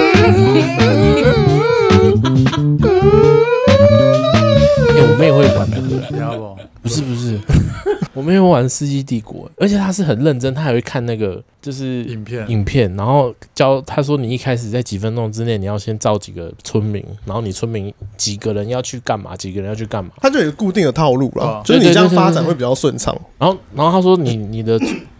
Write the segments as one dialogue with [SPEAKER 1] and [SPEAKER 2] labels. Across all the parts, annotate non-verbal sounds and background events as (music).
[SPEAKER 1] 哎是？ (laughs) 我没有玩《世纪帝国》，而且他是很认真，他还会看那个就是
[SPEAKER 2] 影片
[SPEAKER 1] 影片，然后教他说你一开始在几分钟之内你要先造几个村民，然后你村民几个人要去干嘛，几个人要去干嘛，
[SPEAKER 3] 它就有一个固定的套路了
[SPEAKER 2] 啊，
[SPEAKER 3] 就是你
[SPEAKER 1] 对对
[SPEAKER 3] 这样
[SPEAKER 1] 对对
[SPEAKER 3] 发
[SPEAKER 1] 对
[SPEAKER 3] 展
[SPEAKER 1] 对
[SPEAKER 3] 会比较顺畅。
[SPEAKER 1] 然后然后他说你你的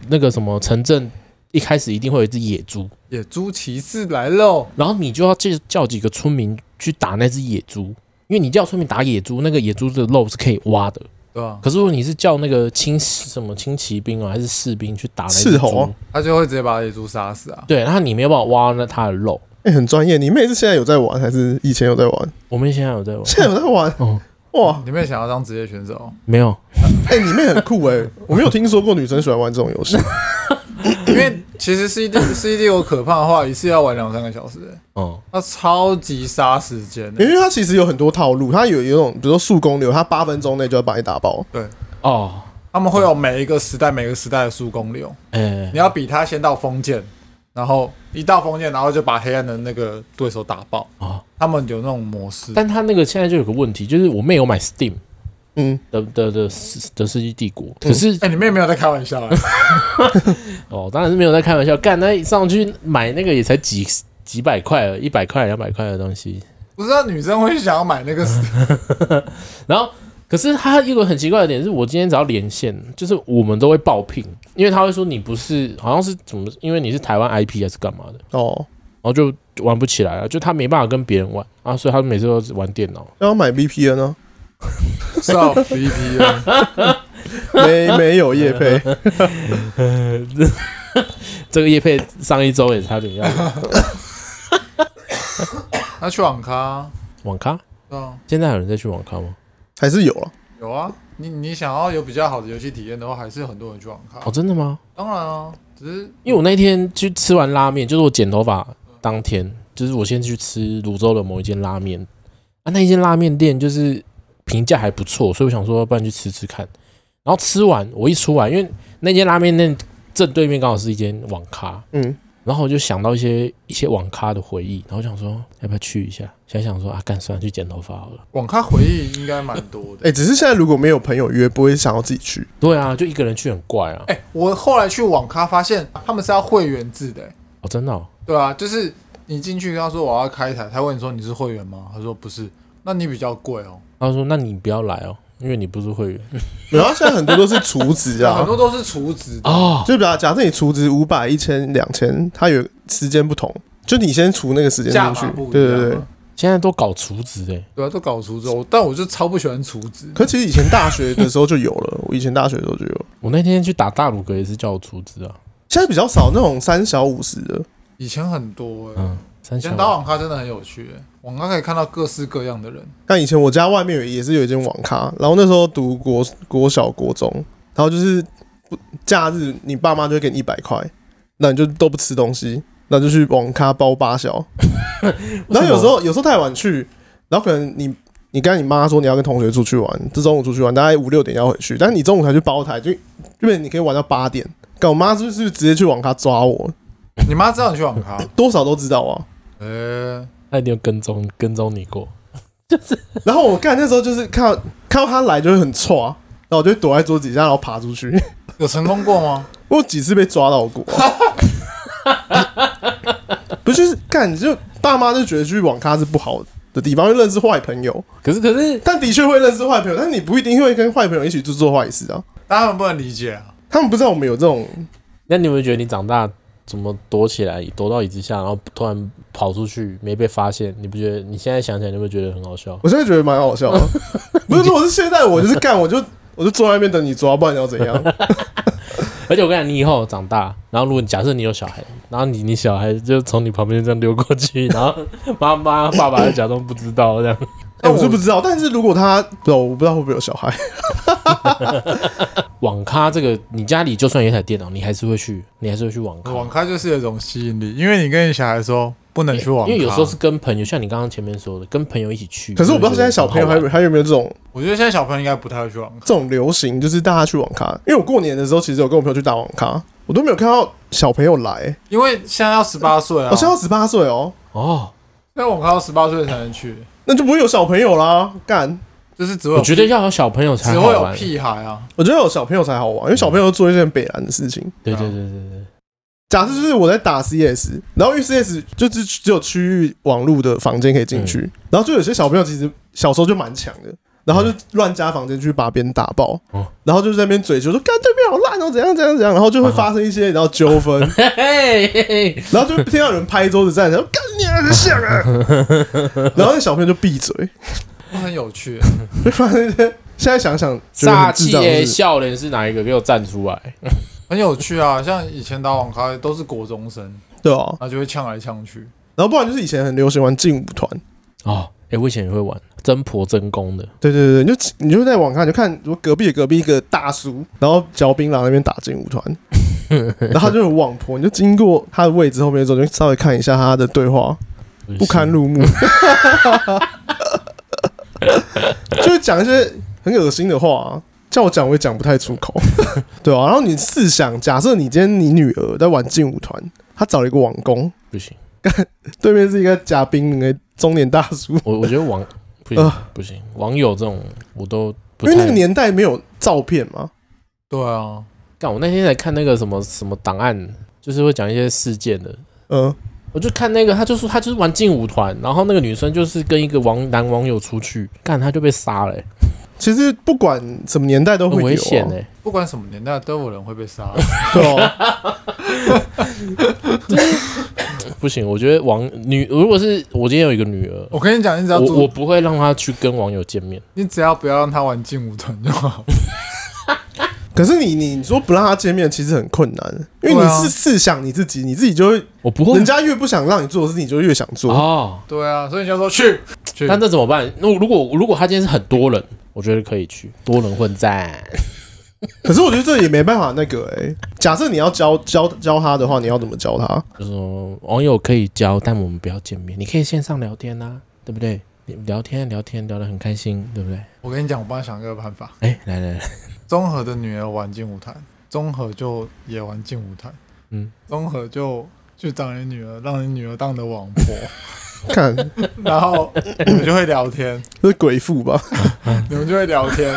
[SPEAKER 1] 那个什么城镇一开始一定会有一只野猪，
[SPEAKER 2] 野猪骑士来喽！
[SPEAKER 1] 然后你就要叫叫几个村民去打那只野猪，因为你叫村民打野猪，那个野猪的肉是可以挖的。
[SPEAKER 2] 对吧？
[SPEAKER 1] 可是如果你是叫那个轻什么轻骑兵啊，还是士兵去打那只
[SPEAKER 3] 斥候啊
[SPEAKER 1] 猪
[SPEAKER 2] 他就会直接把野猪杀死啊！
[SPEAKER 1] 对，然后你没有办法挖那它的肉。
[SPEAKER 3] 哎、很专业。你妹是现在有在玩，还是以前有在玩？
[SPEAKER 1] 我们现在有在玩，
[SPEAKER 3] 现在有在玩
[SPEAKER 1] 哦，
[SPEAKER 3] 哇！
[SPEAKER 2] 你们也想要当职业选手？
[SPEAKER 1] 没有，
[SPEAKER 3] 哎、你妹很酷哎、我没有听说过女生喜欢玩这种
[SPEAKER 1] (laughs)
[SPEAKER 3] 游戏。
[SPEAKER 2] 因为其实 C D C D 我可怕的话，一次要玩两三个小时、欸，
[SPEAKER 1] 嗯，
[SPEAKER 2] 它超级杀时间、
[SPEAKER 3] 因
[SPEAKER 2] 欸。
[SPEAKER 3] 为它其实有很多套路，它有有一种，比如说速攻流，它八分钟内就要把你打爆。
[SPEAKER 1] 哦，
[SPEAKER 2] 他们会有每一个时代每个时代的速攻流，
[SPEAKER 1] 哎
[SPEAKER 2] 你，要比他先到封建，然后一到封建，然后就把黑暗的那个对手打爆。
[SPEAKER 1] 哦
[SPEAKER 2] 他们有那种模式，
[SPEAKER 1] 但他那个现在就有个问题，就是我妹有买 Steam
[SPEAKER 3] 嗯，
[SPEAKER 1] 的的的的的世纪帝国，可是、
[SPEAKER 2] 哎、你们也没有在开玩笑、欸，
[SPEAKER 1] 哦，当然是没有在开玩笑，干那一上去买那个也才几几百块，一百块两百块的东西，
[SPEAKER 2] 不知道女生会想要买那个死
[SPEAKER 1] 然后。可是他一个很奇怪的点是，我今天只要连线，就是我们都会爆品，因为他会说你不是，好像是怎么，因为你是台湾 IP 还是干嘛的，
[SPEAKER 3] 哦，
[SPEAKER 1] 然后就玩不起来了，啊就他没办法跟别人玩啊，所以他每次都是玩电脑。
[SPEAKER 3] 要买
[SPEAKER 1] (laughs)
[SPEAKER 3] VPN 呢、
[SPEAKER 2] 少啊 B P 了。
[SPEAKER 3] 没没有业配，
[SPEAKER 1] 这个叶配上一周也差点要 (laughs)
[SPEAKER 2] 那去网咖啊，
[SPEAKER 1] 网咖，
[SPEAKER 2] 对啊，
[SPEAKER 1] 现在还有人在去网咖吗？
[SPEAKER 3] 还是有了。
[SPEAKER 2] 有啊。你你想要有比较好的游戏体验的话，还是很多人去网咖
[SPEAKER 1] 哦，。真的吗？
[SPEAKER 2] 当然啊，只是
[SPEAKER 1] 因为我那天去吃完拉面，就是我剪头发当天，就是我先去吃泸州的某一间拉面啊，那一间拉面店就是评价还不错，所以我想说，要不然去吃吃看。然后吃完，我一出来，因为那间拉面店正对面刚好是一间网咖，
[SPEAKER 3] 嗯，
[SPEAKER 1] 然后我就想到一些一些网咖的回忆，然后想说要不要去一下，想想说啊，干算了，去剪头发好了。
[SPEAKER 2] 网咖回忆应该蛮多的
[SPEAKER 3] 哎、。只是现在如果没有朋友约，不会想要自己去。
[SPEAKER 1] 对啊，就一个人去很怪啊。
[SPEAKER 3] (laughs)
[SPEAKER 2] 哎、我后来去网咖发现他们是要会员制的、欸
[SPEAKER 1] 哦，真的、哦，
[SPEAKER 2] 对啊，就是你进去跟他说我要开台，他问你说你是会员吗？他说不是，那你比较贵哦、
[SPEAKER 1] 他说那你不要来哦，因为你不是会员
[SPEAKER 3] 没有，它啊现在很多都是储
[SPEAKER 2] (laughs)
[SPEAKER 3] 值啊
[SPEAKER 2] 很，多都是储值的，
[SPEAKER 1] 哦。
[SPEAKER 3] 就比如假设你储值五百、一千、两千，它有时间不同，就你先储那个时间
[SPEAKER 2] 价码
[SPEAKER 3] 进去
[SPEAKER 2] 不。一
[SPEAKER 3] 对
[SPEAKER 2] 样
[SPEAKER 3] 对
[SPEAKER 2] 啊。
[SPEAKER 3] 对。
[SPEAKER 1] 现在都搞厨子哎、
[SPEAKER 2] 对啊，都搞储值，我但我就超不喜欢储值。
[SPEAKER 3] 可其实以前大学的时候就有了，我以前大学的时候就有了。
[SPEAKER 1] 我那天去打大鲁阁也是叫我厨子啊，
[SPEAKER 3] 现在比较少那种三小五十的，
[SPEAKER 2] 以前很多、欸，
[SPEAKER 1] 嗯，三
[SPEAKER 2] 以
[SPEAKER 1] 小
[SPEAKER 2] 前打网咖真的很有趣、欸，网咖可以看到各式各样的人。
[SPEAKER 3] 但以前我家外面有也是有一间网咖，然后那时候读国国小国中，然后就是不假日你爸妈就会给你一百块，那你就都不吃东西，那就去网咖包八小，然后有时候有时候太晚去，然后可能你你跟你妈说你要跟同学出去玩，这中午出去玩大概五六点要回去，但是你中午才去包台，就因为你可以玩到八点。干我妈是不是直接去网咖抓我？
[SPEAKER 2] 你妈知道你去
[SPEAKER 3] (laughs)
[SPEAKER 2] 网咖？
[SPEAKER 3] 多少都知道啊。
[SPEAKER 2] 呃、
[SPEAKER 1] 他一定有跟踪跟踪你过，
[SPEAKER 3] 然后我干那时候就是看到看到他来就会很臭啊，然后我就躲在桌子底下，然后爬出去。
[SPEAKER 2] 有成功过吗？
[SPEAKER 3] 我有几次被抓到过、啊，不是就是干你就爸妈就觉得去网咖是不好的地方，会认识坏朋友，
[SPEAKER 1] 可是可是
[SPEAKER 3] 但的确会认识坏朋友，但你不一定会跟坏朋友一起去做坏事啊。
[SPEAKER 2] 但他们不能理解啊。
[SPEAKER 3] 他们不知道我们有这种，
[SPEAKER 1] 那你有没有觉得你长大怎么躲起来，躲到椅子下，然后突然跑出去没被发现？你不觉得你现在想起来，你会觉得很好笑？
[SPEAKER 3] 我现在觉得蛮好笑的。 (laughs) 不是，如果是现在我就是干，我就我就坐在那边等你抓，不然你要怎样？
[SPEAKER 1] 而且我跟你讲，你以后长大，然后如果你假设你有小孩，然后你你小孩就从你旁边这样溜过去，然后妈妈爸爸就假装不知道这样，
[SPEAKER 3] 哎、我是不知道，但是如果他不知道，我不知道会不会有小孩。
[SPEAKER 1] 网咖这个，你家里就算有一台电脑，你还是会去，你还是会去网咖。
[SPEAKER 2] 网咖就是有一种吸引力，因为你跟你小孩说不能去网咖，
[SPEAKER 1] 因为有时候是跟朋友，像你刚刚前面说的，跟朋友一起去。
[SPEAKER 3] 可是我不知道现在小朋友还
[SPEAKER 1] 就
[SPEAKER 3] 有
[SPEAKER 1] 是
[SPEAKER 3] 还有没有这种
[SPEAKER 2] 我觉得现在小朋友应该不太会去网咖。
[SPEAKER 3] 这种流行，就是大家去网咖。因为我过年的时候，其实有跟我朋友去打网咖，我都没有看到小朋友来。
[SPEAKER 2] 因为现在要十八岁啊，
[SPEAKER 3] 我现在十八岁哦，
[SPEAKER 1] 哦，
[SPEAKER 2] 在网咖要十八岁才能去，
[SPEAKER 3] 那就不会有小朋友啦。干，
[SPEAKER 2] 就是只会
[SPEAKER 1] 我
[SPEAKER 2] 有
[SPEAKER 1] 觉得要有小朋友才
[SPEAKER 2] 只
[SPEAKER 1] 好
[SPEAKER 2] 会有
[SPEAKER 1] 玩。
[SPEAKER 2] 屁孩啊，
[SPEAKER 3] 我觉得有小朋友才好玩，因为小朋友做一件北蓝的事情。
[SPEAKER 1] 对对对对对，
[SPEAKER 3] 假设就是我在打 CS，然后因为 CS 就只只有区域网络的房间可以进去，然后就有些小朋友其实小时候就蛮强的，然后就乱加房间去把别人打爆，
[SPEAKER 1] 哦
[SPEAKER 3] 然后就在那边嘴求说干对面好烂哦，怎样怎样怎样，然后就会发生一些然后纠纷，
[SPEAKER 1] 嘿嘿嘿 (laughs) 嘿，
[SPEAKER 3] 然后就听到有人拍桌子站起来说干你啊，你像啊，然后那小朋友就闭嘴， (laughs)
[SPEAKER 2] 那很有趣。
[SPEAKER 3] 就发生一些现在想想觉
[SPEAKER 1] (laughs)
[SPEAKER 3] 得
[SPEAKER 1] 煞
[SPEAKER 3] 很智
[SPEAKER 1] 气
[SPEAKER 3] 障的
[SPEAKER 1] 耶！
[SPEAKER 3] 事。
[SPEAKER 1] 笑脸是哪一个？给我站出来！
[SPEAKER 2] 很有趣啊， (laughs) 像以前打网咖都是国中生，
[SPEAKER 3] 对啊，
[SPEAKER 2] 然后就会呛来呛去。
[SPEAKER 3] 然后不然就是以前很流行玩劲舞团。
[SPEAKER 1] 哦，哎，我以前也会玩真婆真公的，
[SPEAKER 3] 对对对，你就你就在网看，你就看我隔壁的隔壁一个大叔，然后嚼槟榔那边打劲
[SPEAKER 1] (laughs)
[SPEAKER 3] 舞团，然后他就很网婆，你就经过他的位置后面的时候，你就稍微看一下他的对话，不堪入目， (laughs) 就是讲一些很恶心的话、啊，叫我讲我也讲不太出口，对啊。然后你试想，假设你今天你女儿在玩劲舞团，她找了一个网工，
[SPEAKER 1] 不行，
[SPEAKER 3] 对面是一个假槟榔的中年大叔，
[SPEAKER 1] 我我觉得
[SPEAKER 3] 呃
[SPEAKER 1] 网不行不行，网友这种我都不
[SPEAKER 3] 因为那个
[SPEAKER 1] 太。
[SPEAKER 3] 年代没有照片嘛，
[SPEAKER 2] 对啊，
[SPEAKER 1] 干，我那天在看那个什么什么档案，就是会讲一些事件的，
[SPEAKER 3] 嗯、
[SPEAKER 1] 我就看那个，他就说他就是玩劲舞团，然后那个女生就是跟一个网男网友出去，干他就被杀了、欸
[SPEAKER 3] 其实不管什么年代都
[SPEAKER 1] 很
[SPEAKER 3] 会有、啊，
[SPEAKER 1] 危险哎、
[SPEAKER 2] 不管什么年代都有人会
[SPEAKER 1] (laughs)
[SPEAKER 2] 被杀。
[SPEAKER 3] 对啊，
[SPEAKER 1] 不行，我觉得网女如果是我今天有一个女儿，
[SPEAKER 2] 我跟你讲，你只要
[SPEAKER 1] 我我
[SPEAKER 2] 阻，
[SPEAKER 1] 不会让她去跟网友见面，
[SPEAKER 2] 你只要不要让他玩劲舞团就好。
[SPEAKER 3] 可是你你说不让他见面，其实很困难，因
[SPEAKER 2] 对
[SPEAKER 3] 为你
[SPEAKER 2] 啊
[SPEAKER 3] 是试想你自己，你自己就会，
[SPEAKER 1] 我不会啊
[SPEAKER 3] 人家越不想让你做的事情，你就越想做。
[SPEAKER 1] 哦。
[SPEAKER 2] 对啊，所以你就说去去。
[SPEAKER 1] 那这怎么办？那如果如果他今天是很多人，我觉得可以去多人混战。
[SPEAKER 3] 可是我觉得这也没办法，那个哎、假设你要教教教他的话，你要怎么教他？
[SPEAKER 1] 就说网友可以交，但我们不要见面，你可以线上聊天啊，对不对？你聊天聊天聊得很开心，对不对？
[SPEAKER 2] 我跟你讲，我帮他想一个办法。
[SPEAKER 1] 哎，来来来，
[SPEAKER 2] 综合的女儿玩劲舞团，综合就也玩劲舞团，
[SPEAKER 1] 嗯，
[SPEAKER 2] 综合就去找你女儿，让你女儿当你的网婆， (laughs)
[SPEAKER 3] 看，
[SPEAKER 2] 然后你们就会聊
[SPEAKER 1] (laughs)
[SPEAKER 2] 天，
[SPEAKER 3] 这是鬼父吧？
[SPEAKER 2] 你们就会聊天，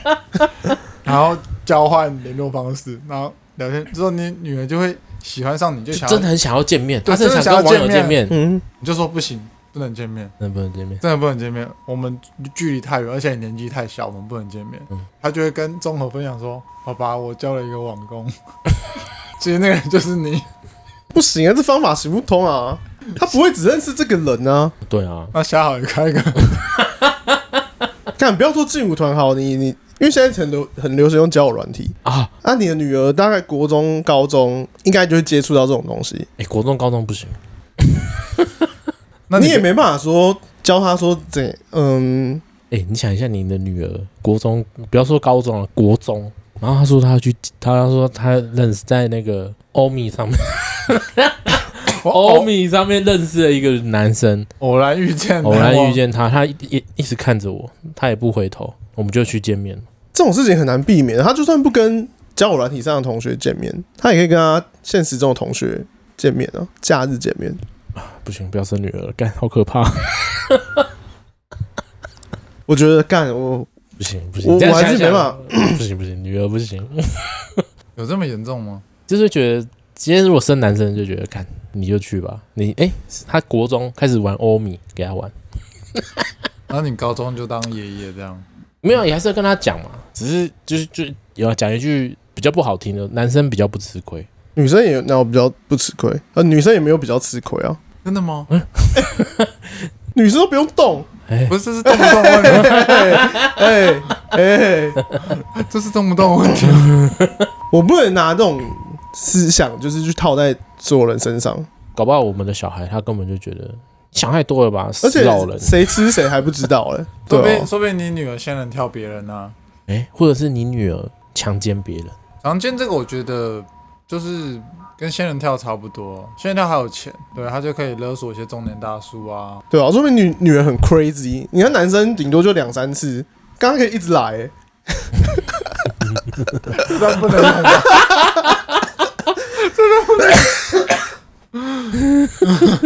[SPEAKER 2] (laughs) 然后交换联络方式，然后聊天之后，你女儿就会喜欢上你，就想要
[SPEAKER 1] 真的很想要见面，
[SPEAKER 2] 对
[SPEAKER 1] 他真的想跟网友见面，
[SPEAKER 3] 嗯，
[SPEAKER 2] 你就说不行，不能见面，
[SPEAKER 1] 能不能见面？
[SPEAKER 2] 真的不能见面，我们距离太远，而且你年纪太小，我们不能见面。
[SPEAKER 1] 嗯
[SPEAKER 2] 他就会跟综合分享说：“爸爸，我交了一个网工， (laughs) 其实那个人就是你。
[SPEAKER 3] 不行啊，这方法行不通啊。他不会只认识这个人啊！
[SPEAKER 1] 对啊”，
[SPEAKER 2] 那下好也开一个， (laughs)
[SPEAKER 3] 看，不要做劲舞团好，你你，因为现在很流很流行用交友软体
[SPEAKER 1] 啊，
[SPEAKER 3] 啊。你的女儿大概国中、高中应该就会接触到这种东西，
[SPEAKER 1] 哎、国中、高中不行，
[SPEAKER 2] 那
[SPEAKER 3] 你
[SPEAKER 2] 你
[SPEAKER 3] 也没办法说教他说怎嗯，
[SPEAKER 1] 哎、你想一下，你的女儿国中，不要说高中了，国中，然后她说她要去，她说她认识在那个欧米上面，
[SPEAKER 2] (laughs) 哦我
[SPEAKER 1] 欧
[SPEAKER 2] 偶
[SPEAKER 1] 米上面认识了一个男生，
[SPEAKER 2] (laughs) 偶然遇见的，
[SPEAKER 1] 偶然遇见他，他一一一直看着我，他也不回头，我们就去见面。
[SPEAKER 3] 这种事情很难避免。他就算不跟交友软体上的同学见面，他也可以跟他现实中的同学见面啊，假日见面。
[SPEAKER 1] 不行，不要生女儿，干好可怕！
[SPEAKER 3] 我觉得干我
[SPEAKER 1] 不行不行，
[SPEAKER 3] 我
[SPEAKER 1] 这样
[SPEAKER 3] 我还是
[SPEAKER 1] 想一想
[SPEAKER 3] 没办
[SPEAKER 1] 不行不行，女儿不行，
[SPEAKER 2] 我有这么严重吗？
[SPEAKER 1] 就是觉得今天如果生男生就觉得干你就去吧，你哎、他国中开始玩欧米，给他玩，
[SPEAKER 2] 然后你高中就当爷爷这样，
[SPEAKER 1] 没有，也还是要跟他讲嘛，只是就是就有啊讲一句比较不好听的，男生比较不吃亏。
[SPEAKER 3] 女生也那我比较不吃亏，呃，女生也没有比较吃亏啊，
[SPEAKER 2] 真的吗？
[SPEAKER 3] 女生都不用
[SPEAKER 1] (laughs)
[SPEAKER 3] 动，
[SPEAKER 1] 哎、
[SPEAKER 2] 不是，这是动不动问
[SPEAKER 3] 哎
[SPEAKER 2] 题，
[SPEAKER 3] 哎哎，
[SPEAKER 2] (laughs) 这是动不动问 (laughs) 题。
[SPEAKER 3] 我不能拿这种思想就是去套在所有人身上，
[SPEAKER 1] 搞不好我们的小孩他根本就觉得想太多了吧，
[SPEAKER 3] 而
[SPEAKER 1] 死
[SPEAKER 3] 且
[SPEAKER 1] 老人。
[SPEAKER 3] 谁吃谁还不知道
[SPEAKER 1] (laughs)
[SPEAKER 3] 嘞，对
[SPEAKER 2] 说不
[SPEAKER 3] 啊
[SPEAKER 2] 定，说不定你女儿仙人跳别人啊。
[SPEAKER 1] 哎、或者是你女儿强奸别人，
[SPEAKER 2] 常见这个，我觉得就是跟仙人跳差不多。仙人跳还有钱，对他就可以勒索一些中年大叔啊。
[SPEAKER 3] 对啊，说明女女人很 crazy。你看男生顶多就两三次，刚刚可以一直来、欸
[SPEAKER 2] 这段不能用吧？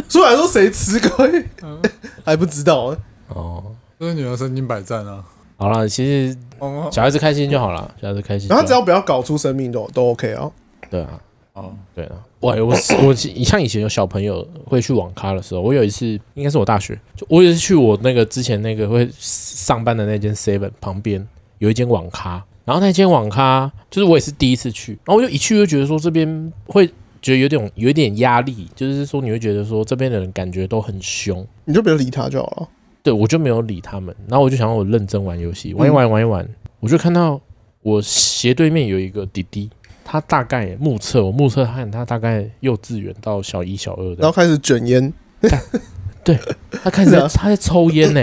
[SPEAKER 3] 虽然说谁吃亏 (laughs) 还不知道、欸
[SPEAKER 1] 哦，
[SPEAKER 2] (laughs) 就是女儿身经百战啊。
[SPEAKER 1] 好啦，其实
[SPEAKER 2] 我们
[SPEAKER 1] 小孩子开心就好了，小孩子开心就
[SPEAKER 3] 然
[SPEAKER 1] 好。
[SPEAKER 3] 后只要不要搞出生命都都 OK 啊。
[SPEAKER 1] 对啊，
[SPEAKER 2] 哦，
[SPEAKER 1] 对啊，我我我像以前有小朋友会去网咖的时候，我有一次应该是我大学，就我也是去我那个之前那个会上班的那间 Seven 旁边有一间网咖，然后那间网咖就是我也是第一次去，然后我就一去就觉得说这边会觉得有点有一点压力，就是说你会觉得说这边的人感觉都很凶，
[SPEAKER 3] 你就不要理他就好了。
[SPEAKER 1] 对我就没有理他们，然后我就想要我认真玩游戏，玩一
[SPEAKER 3] 嗯
[SPEAKER 1] 玩玩一玩，我就看到我斜对面有一个弟弟，他大概目测我目测看他大概幼稚园到小一小二
[SPEAKER 3] 然
[SPEAKER 1] 的
[SPEAKER 3] 后，开始卷烟，
[SPEAKER 1] 他开始在
[SPEAKER 3] (laughs) 是啊
[SPEAKER 1] 他在抽烟呢、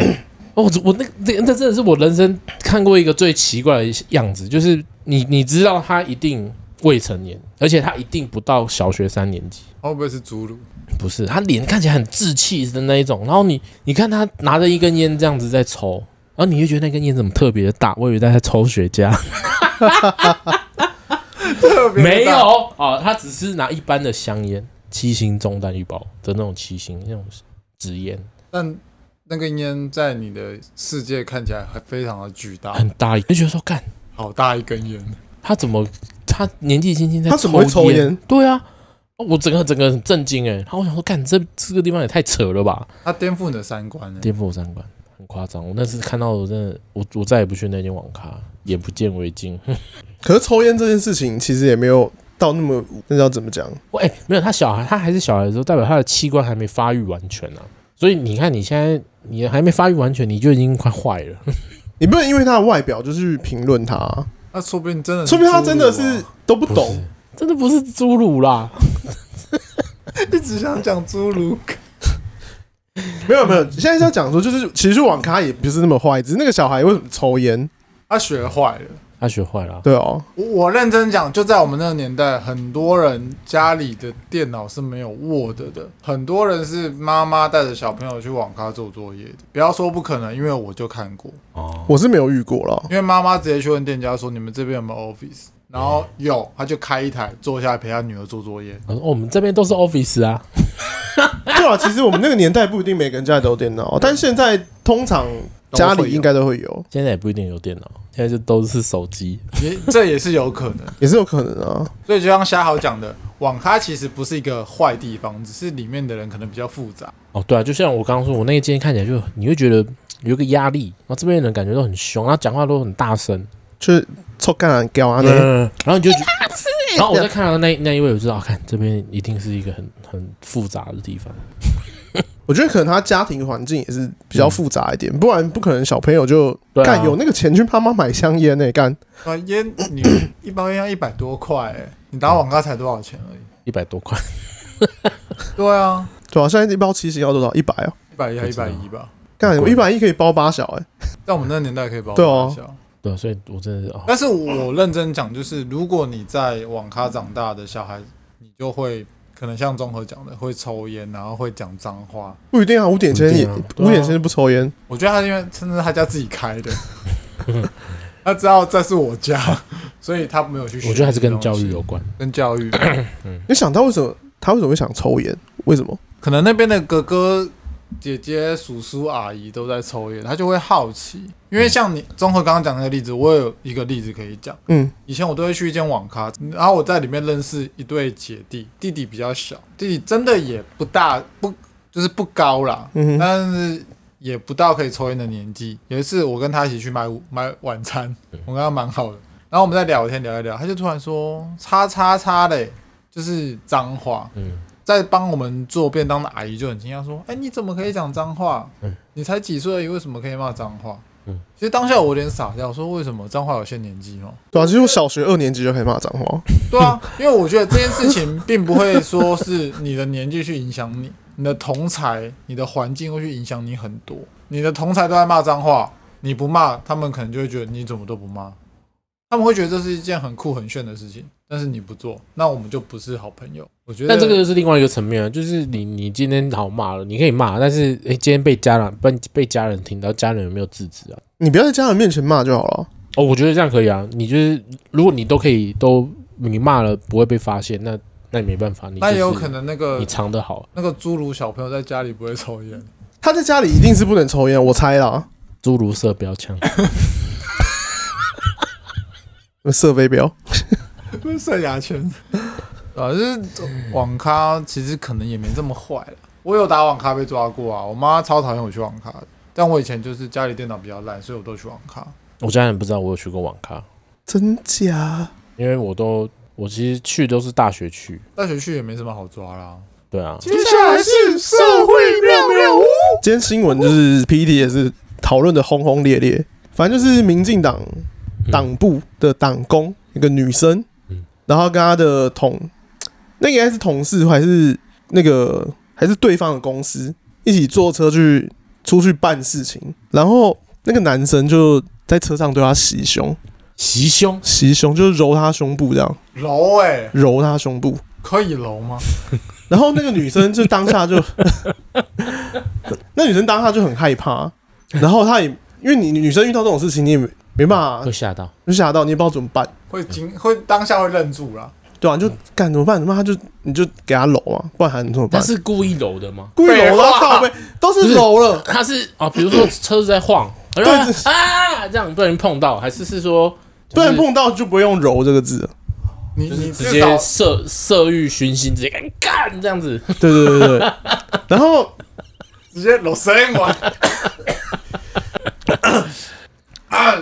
[SPEAKER 1] 哦，我我那那那真的是我人生看过一个最奇怪的样子，就是你你知道他一定未成年，而且他一定不到小学三年级，
[SPEAKER 2] 会不会是侏儒？
[SPEAKER 1] 不是他脸看起来很稚气的那一种，然后你你看他拿着一根烟这样子在抽，然后你就觉得那根烟怎么特别的大，我以为他在抽雪茄， (laughs) 没有哦，他只是拿一般的香烟，七星中弹一包的那种七星那种纸烟，
[SPEAKER 2] 但那根烟在你的世界看起来还非常的巨大，
[SPEAKER 1] 很大一，就觉得说干
[SPEAKER 2] 好大一根烟。
[SPEAKER 1] 他怎么他年纪轻轻在
[SPEAKER 3] 他怎么会抽
[SPEAKER 1] 烟
[SPEAKER 3] 烟？
[SPEAKER 1] 对啊。我整个整个很震惊哎、然后我想说，干这这个地方也太扯了吧，
[SPEAKER 2] 它颠覆你的三观欸呢、
[SPEAKER 1] 颠覆我三观，很夸张。我那次看到我真的，我我再也不去那间网咖，眼不见为净。 (laughs)
[SPEAKER 3] 可是抽烟这件事情其实也没有到那么，那叫怎么讲？
[SPEAKER 1] 喂、哎，没有，他小孩，他还是小孩的时候，代表他的器官还没发育完全啊。所以你看，你现在你还没发育完全，你就已经快坏了。
[SPEAKER 3] 你不能因为他的外表就去评论他、啊，
[SPEAKER 2] 那说不定真的是
[SPEAKER 3] 说
[SPEAKER 2] 侏儒啊，
[SPEAKER 3] 明他真的是都不懂。
[SPEAKER 1] 真的不是侏儒啦，
[SPEAKER 2] 一直想讲侏儒，
[SPEAKER 3] 没有没有，现在是要讲说，就是其实网咖也不是那么坏，只是那个小孩为什么抽烟？
[SPEAKER 2] (laughs) 他学坏了。
[SPEAKER 1] 他学坏了啊。
[SPEAKER 3] 对哦，
[SPEAKER 2] 我我认真讲，就在我们那个年代，很多人家里的电脑是没有 Word 的，很多人是妈妈带着小朋友去网咖做作业的。不要说不可能，因为我就看过，
[SPEAKER 1] 哦，
[SPEAKER 3] 我是没有遇过啦。
[SPEAKER 2] 因为妈妈直接去问店家说：“你们这边有没有 Office？” 然后有，他就开一台坐下来陪他女儿做作业。
[SPEAKER 1] 我说哦我们这边都是 Office 啊，
[SPEAKER 3] (laughs) 对啊，其实我们那个年代不一定每个人家里都有电脑，但现在通常家里应该都会有，
[SPEAKER 1] 现在也不一定有电脑，现在就都是手机。
[SPEAKER 2] 也这也是有可能。
[SPEAKER 3] 也是有可能啊。
[SPEAKER 2] 所以就像虾豪讲的，网咖其实不是一个坏地方，只是里面的人可能比较复杂。
[SPEAKER 1] 哦，对啊，就像我刚刚说，我那一间看起来就你会觉得有一个压力，然后这边的人感觉都很凶，然后讲话都很大声，
[SPEAKER 3] 就是臭干蓝胶啊，那
[SPEAKER 1] 嗯，然后你就觉得，然后我再看到那那一位，我就知道，看这边一定是一个很很复杂的地方。
[SPEAKER 3] 我觉得可能他家庭环境也是比较复杂一点，不然不可能小朋友就
[SPEAKER 1] 嗯对啊
[SPEAKER 3] 干、有那个钱去帮妈买香烟呢、干
[SPEAKER 2] 啊，烟你一包烟要一百多块、欸，你打网咖才多少钱而已？
[SPEAKER 1] 一百多块，
[SPEAKER 2] 对啊，
[SPEAKER 3] 对啊，现在一包七星要多少？一百啊，
[SPEAKER 2] 一百一还
[SPEAKER 1] 不
[SPEAKER 2] 一
[SPEAKER 1] 知道
[SPEAKER 2] 百一吧。
[SPEAKER 3] 干
[SPEAKER 1] 很
[SPEAKER 3] 我
[SPEAKER 1] 贵
[SPEAKER 3] 一百一可以包八小哎、
[SPEAKER 2] 在我们那个年代可以包
[SPEAKER 3] 对啊
[SPEAKER 2] 一下。
[SPEAKER 1] 对啊，所以我真的是哦，
[SPEAKER 2] 但是我认真讲，就是如果你在网咖长大的小孩，你就会可能像综合讲的，会抽烟，然后会讲脏话。
[SPEAKER 3] 不一定啊，五点前也
[SPEAKER 1] 不一定啊对啊
[SPEAKER 3] 五点前不抽烟，
[SPEAKER 2] 我觉得他因为甚至他家自己开
[SPEAKER 1] (laughs)
[SPEAKER 2] 的，他知道这是我家，所以他没有去学。
[SPEAKER 1] 我觉得还是跟教育有，关。
[SPEAKER 2] 跟教育
[SPEAKER 3] 你想他为什么他为什么会想抽烟？为什么？
[SPEAKER 2] 可能那边的哥哥、姐姐、叔叔、阿姨都在抽烟，他就会好奇。因为像你综合刚刚讲那个例子，我有一个例子可以讲。
[SPEAKER 3] 嗯，
[SPEAKER 2] 以前我都会去一间网咖，然后我在里面认识一对姐弟，弟弟比较小，弟弟真的也不大，不就是不高啦，
[SPEAKER 3] 嗯哼
[SPEAKER 2] 但是也不到可以抽烟的年纪。有一次我跟他一起去买午买晚餐，我跟他蛮好的，然后我们在聊天聊一聊，他就突然说“叉叉叉”嘞，就是脏话。
[SPEAKER 1] 嗯，
[SPEAKER 2] 在帮我们做便当的阿姨就很惊讶说：“哎、你怎么可以讲脏话？你才几岁而已，为什么可以骂脏话？”
[SPEAKER 1] 嗯
[SPEAKER 2] 其实当下我有点傻掉，说为什么脏话有限年纪吗？
[SPEAKER 3] 对啊，其实我小学二年级就可以骂脏话，
[SPEAKER 2] 对啊，因为我觉得这件事情并不会说是你的年纪去影响你，你的同才、你的环境会去影响你很多。你的同才都在骂脏话，你不骂，他们可能就会觉得你怎么都不骂，他们会觉得这是一件很酷很炫的事情，但是你不做，那我们就不是好朋友。我觉得，
[SPEAKER 1] 但这个又是另外一个层面啊，就是你你今天好骂了，你可以骂，啊但是诶，今天被家长被被家人听到，家人有没有制止啊？
[SPEAKER 3] 你不要在家人面前骂就好了。
[SPEAKER 1] 哦，我觉得这样可以啊。你就是如果你都可以都你骂了不会被发现，那那也没办法，你
[SPEAKER 2] 那也有
[SPEAKER 1] 就是
[SPEAKER 2] 可能那个
[SPEAKER 1] 你藏得好。
[SPEAKER 2] (laughs) 那个侏儒小朋友在家里不会抽烟，
[SPEAKER 3] 他在家里一定是不能抽烟，我猜啦。
[SPEAKER 1] 诸如色标枪，
[SPEAKER 3] 射飞镖，
[SPEAKER 2] 塞牙签。啊，就是网咖其实可能也没这么坏了。我有打网咖被抓过啊，我妈超讨厌我去网咖的。但我以前就是家里电脑比较烂，所以我都去网咖。
[SPEAKER 1] 我家人不知道我有去过网咖，
[SPEAKER 3] 真假？
[SPEAKER 1] 因为我都我其实去都是大学去，
[SPEAKER 2] 大学去也没什么好抓啦。
[SPEAKER 1] 对啊，
[SPEAKER 2] 接下来是社会妙妙屋。
[SPEAKER 3] 今天新闻就是 PPT 也是讨论的轰轰烈烈，反正就是民进党党部的党工一个女生
[SPEAKER 1] 嗯，
[SPEAKER 3] 然后跟她的同，那个应该是同事还是那个还是对方的公司一起坐车去出去办事情，然后那个男生就在车上对她袭胸，
[SPEAKER 1] 袭胸，
[SPEAKER 3] 袭胸就是揉她胸部这样，
[SPEAKER 2] 揉哎、
[SPEAKER 3] 揉她胸部，
[SPEAKER 2] 可以揉吗？
[SPEAKER 3] 然后那个女生就当下就， (laughs) 那女生当下就很害怕，然后她也因为你女生遇到这种事情，你也没没办法
[SPEAKER 1] 会吓到，
[SPEAKER 3] 就吓到，你也不知道怎么办，
[SPEAKER 2] 会惊会当下会愣住啦，
[SPEAKER 3] 对啊，你就干怎么办？怎么办？她就你就给她搂嘛，不然还能怎么
[SPEAKER 1] 他
[SPEAKER 3] 办？
[SPEAKER 1] 是故意揉的吗？
[SPEAKER 3] 故意
[SPEAKER 2] 废
[SPEAKER 3] 搂
[SPEAKER 2] 话
[SPEAKER 3] 到靠背，都
[SPEAKER 1] 不
[SPEAKER 3] 是
[SPEAKER 1] 是 (laughs)
[SPEAKER 3] 搂了，
[SPEAKER 1] 他是啊，比如说车子在晃，然后啊这样不小心碰到，还是是说
[SPEAKER 3] 不然碰到就不用揉这个字了。
[SPEAKER 2] 你
[SPEAKER 1] 就是
[SPEAKER 2] 你
[SPEAKER 1] 直
[SPEAKER 2] 至少
[SPEAKER 1] 接色色欲熏心，直接干干这样子，
[SPEAKER 3] 对对对对 (laughs) 对，然后
[SPEAKER 2] 直接揉谁管？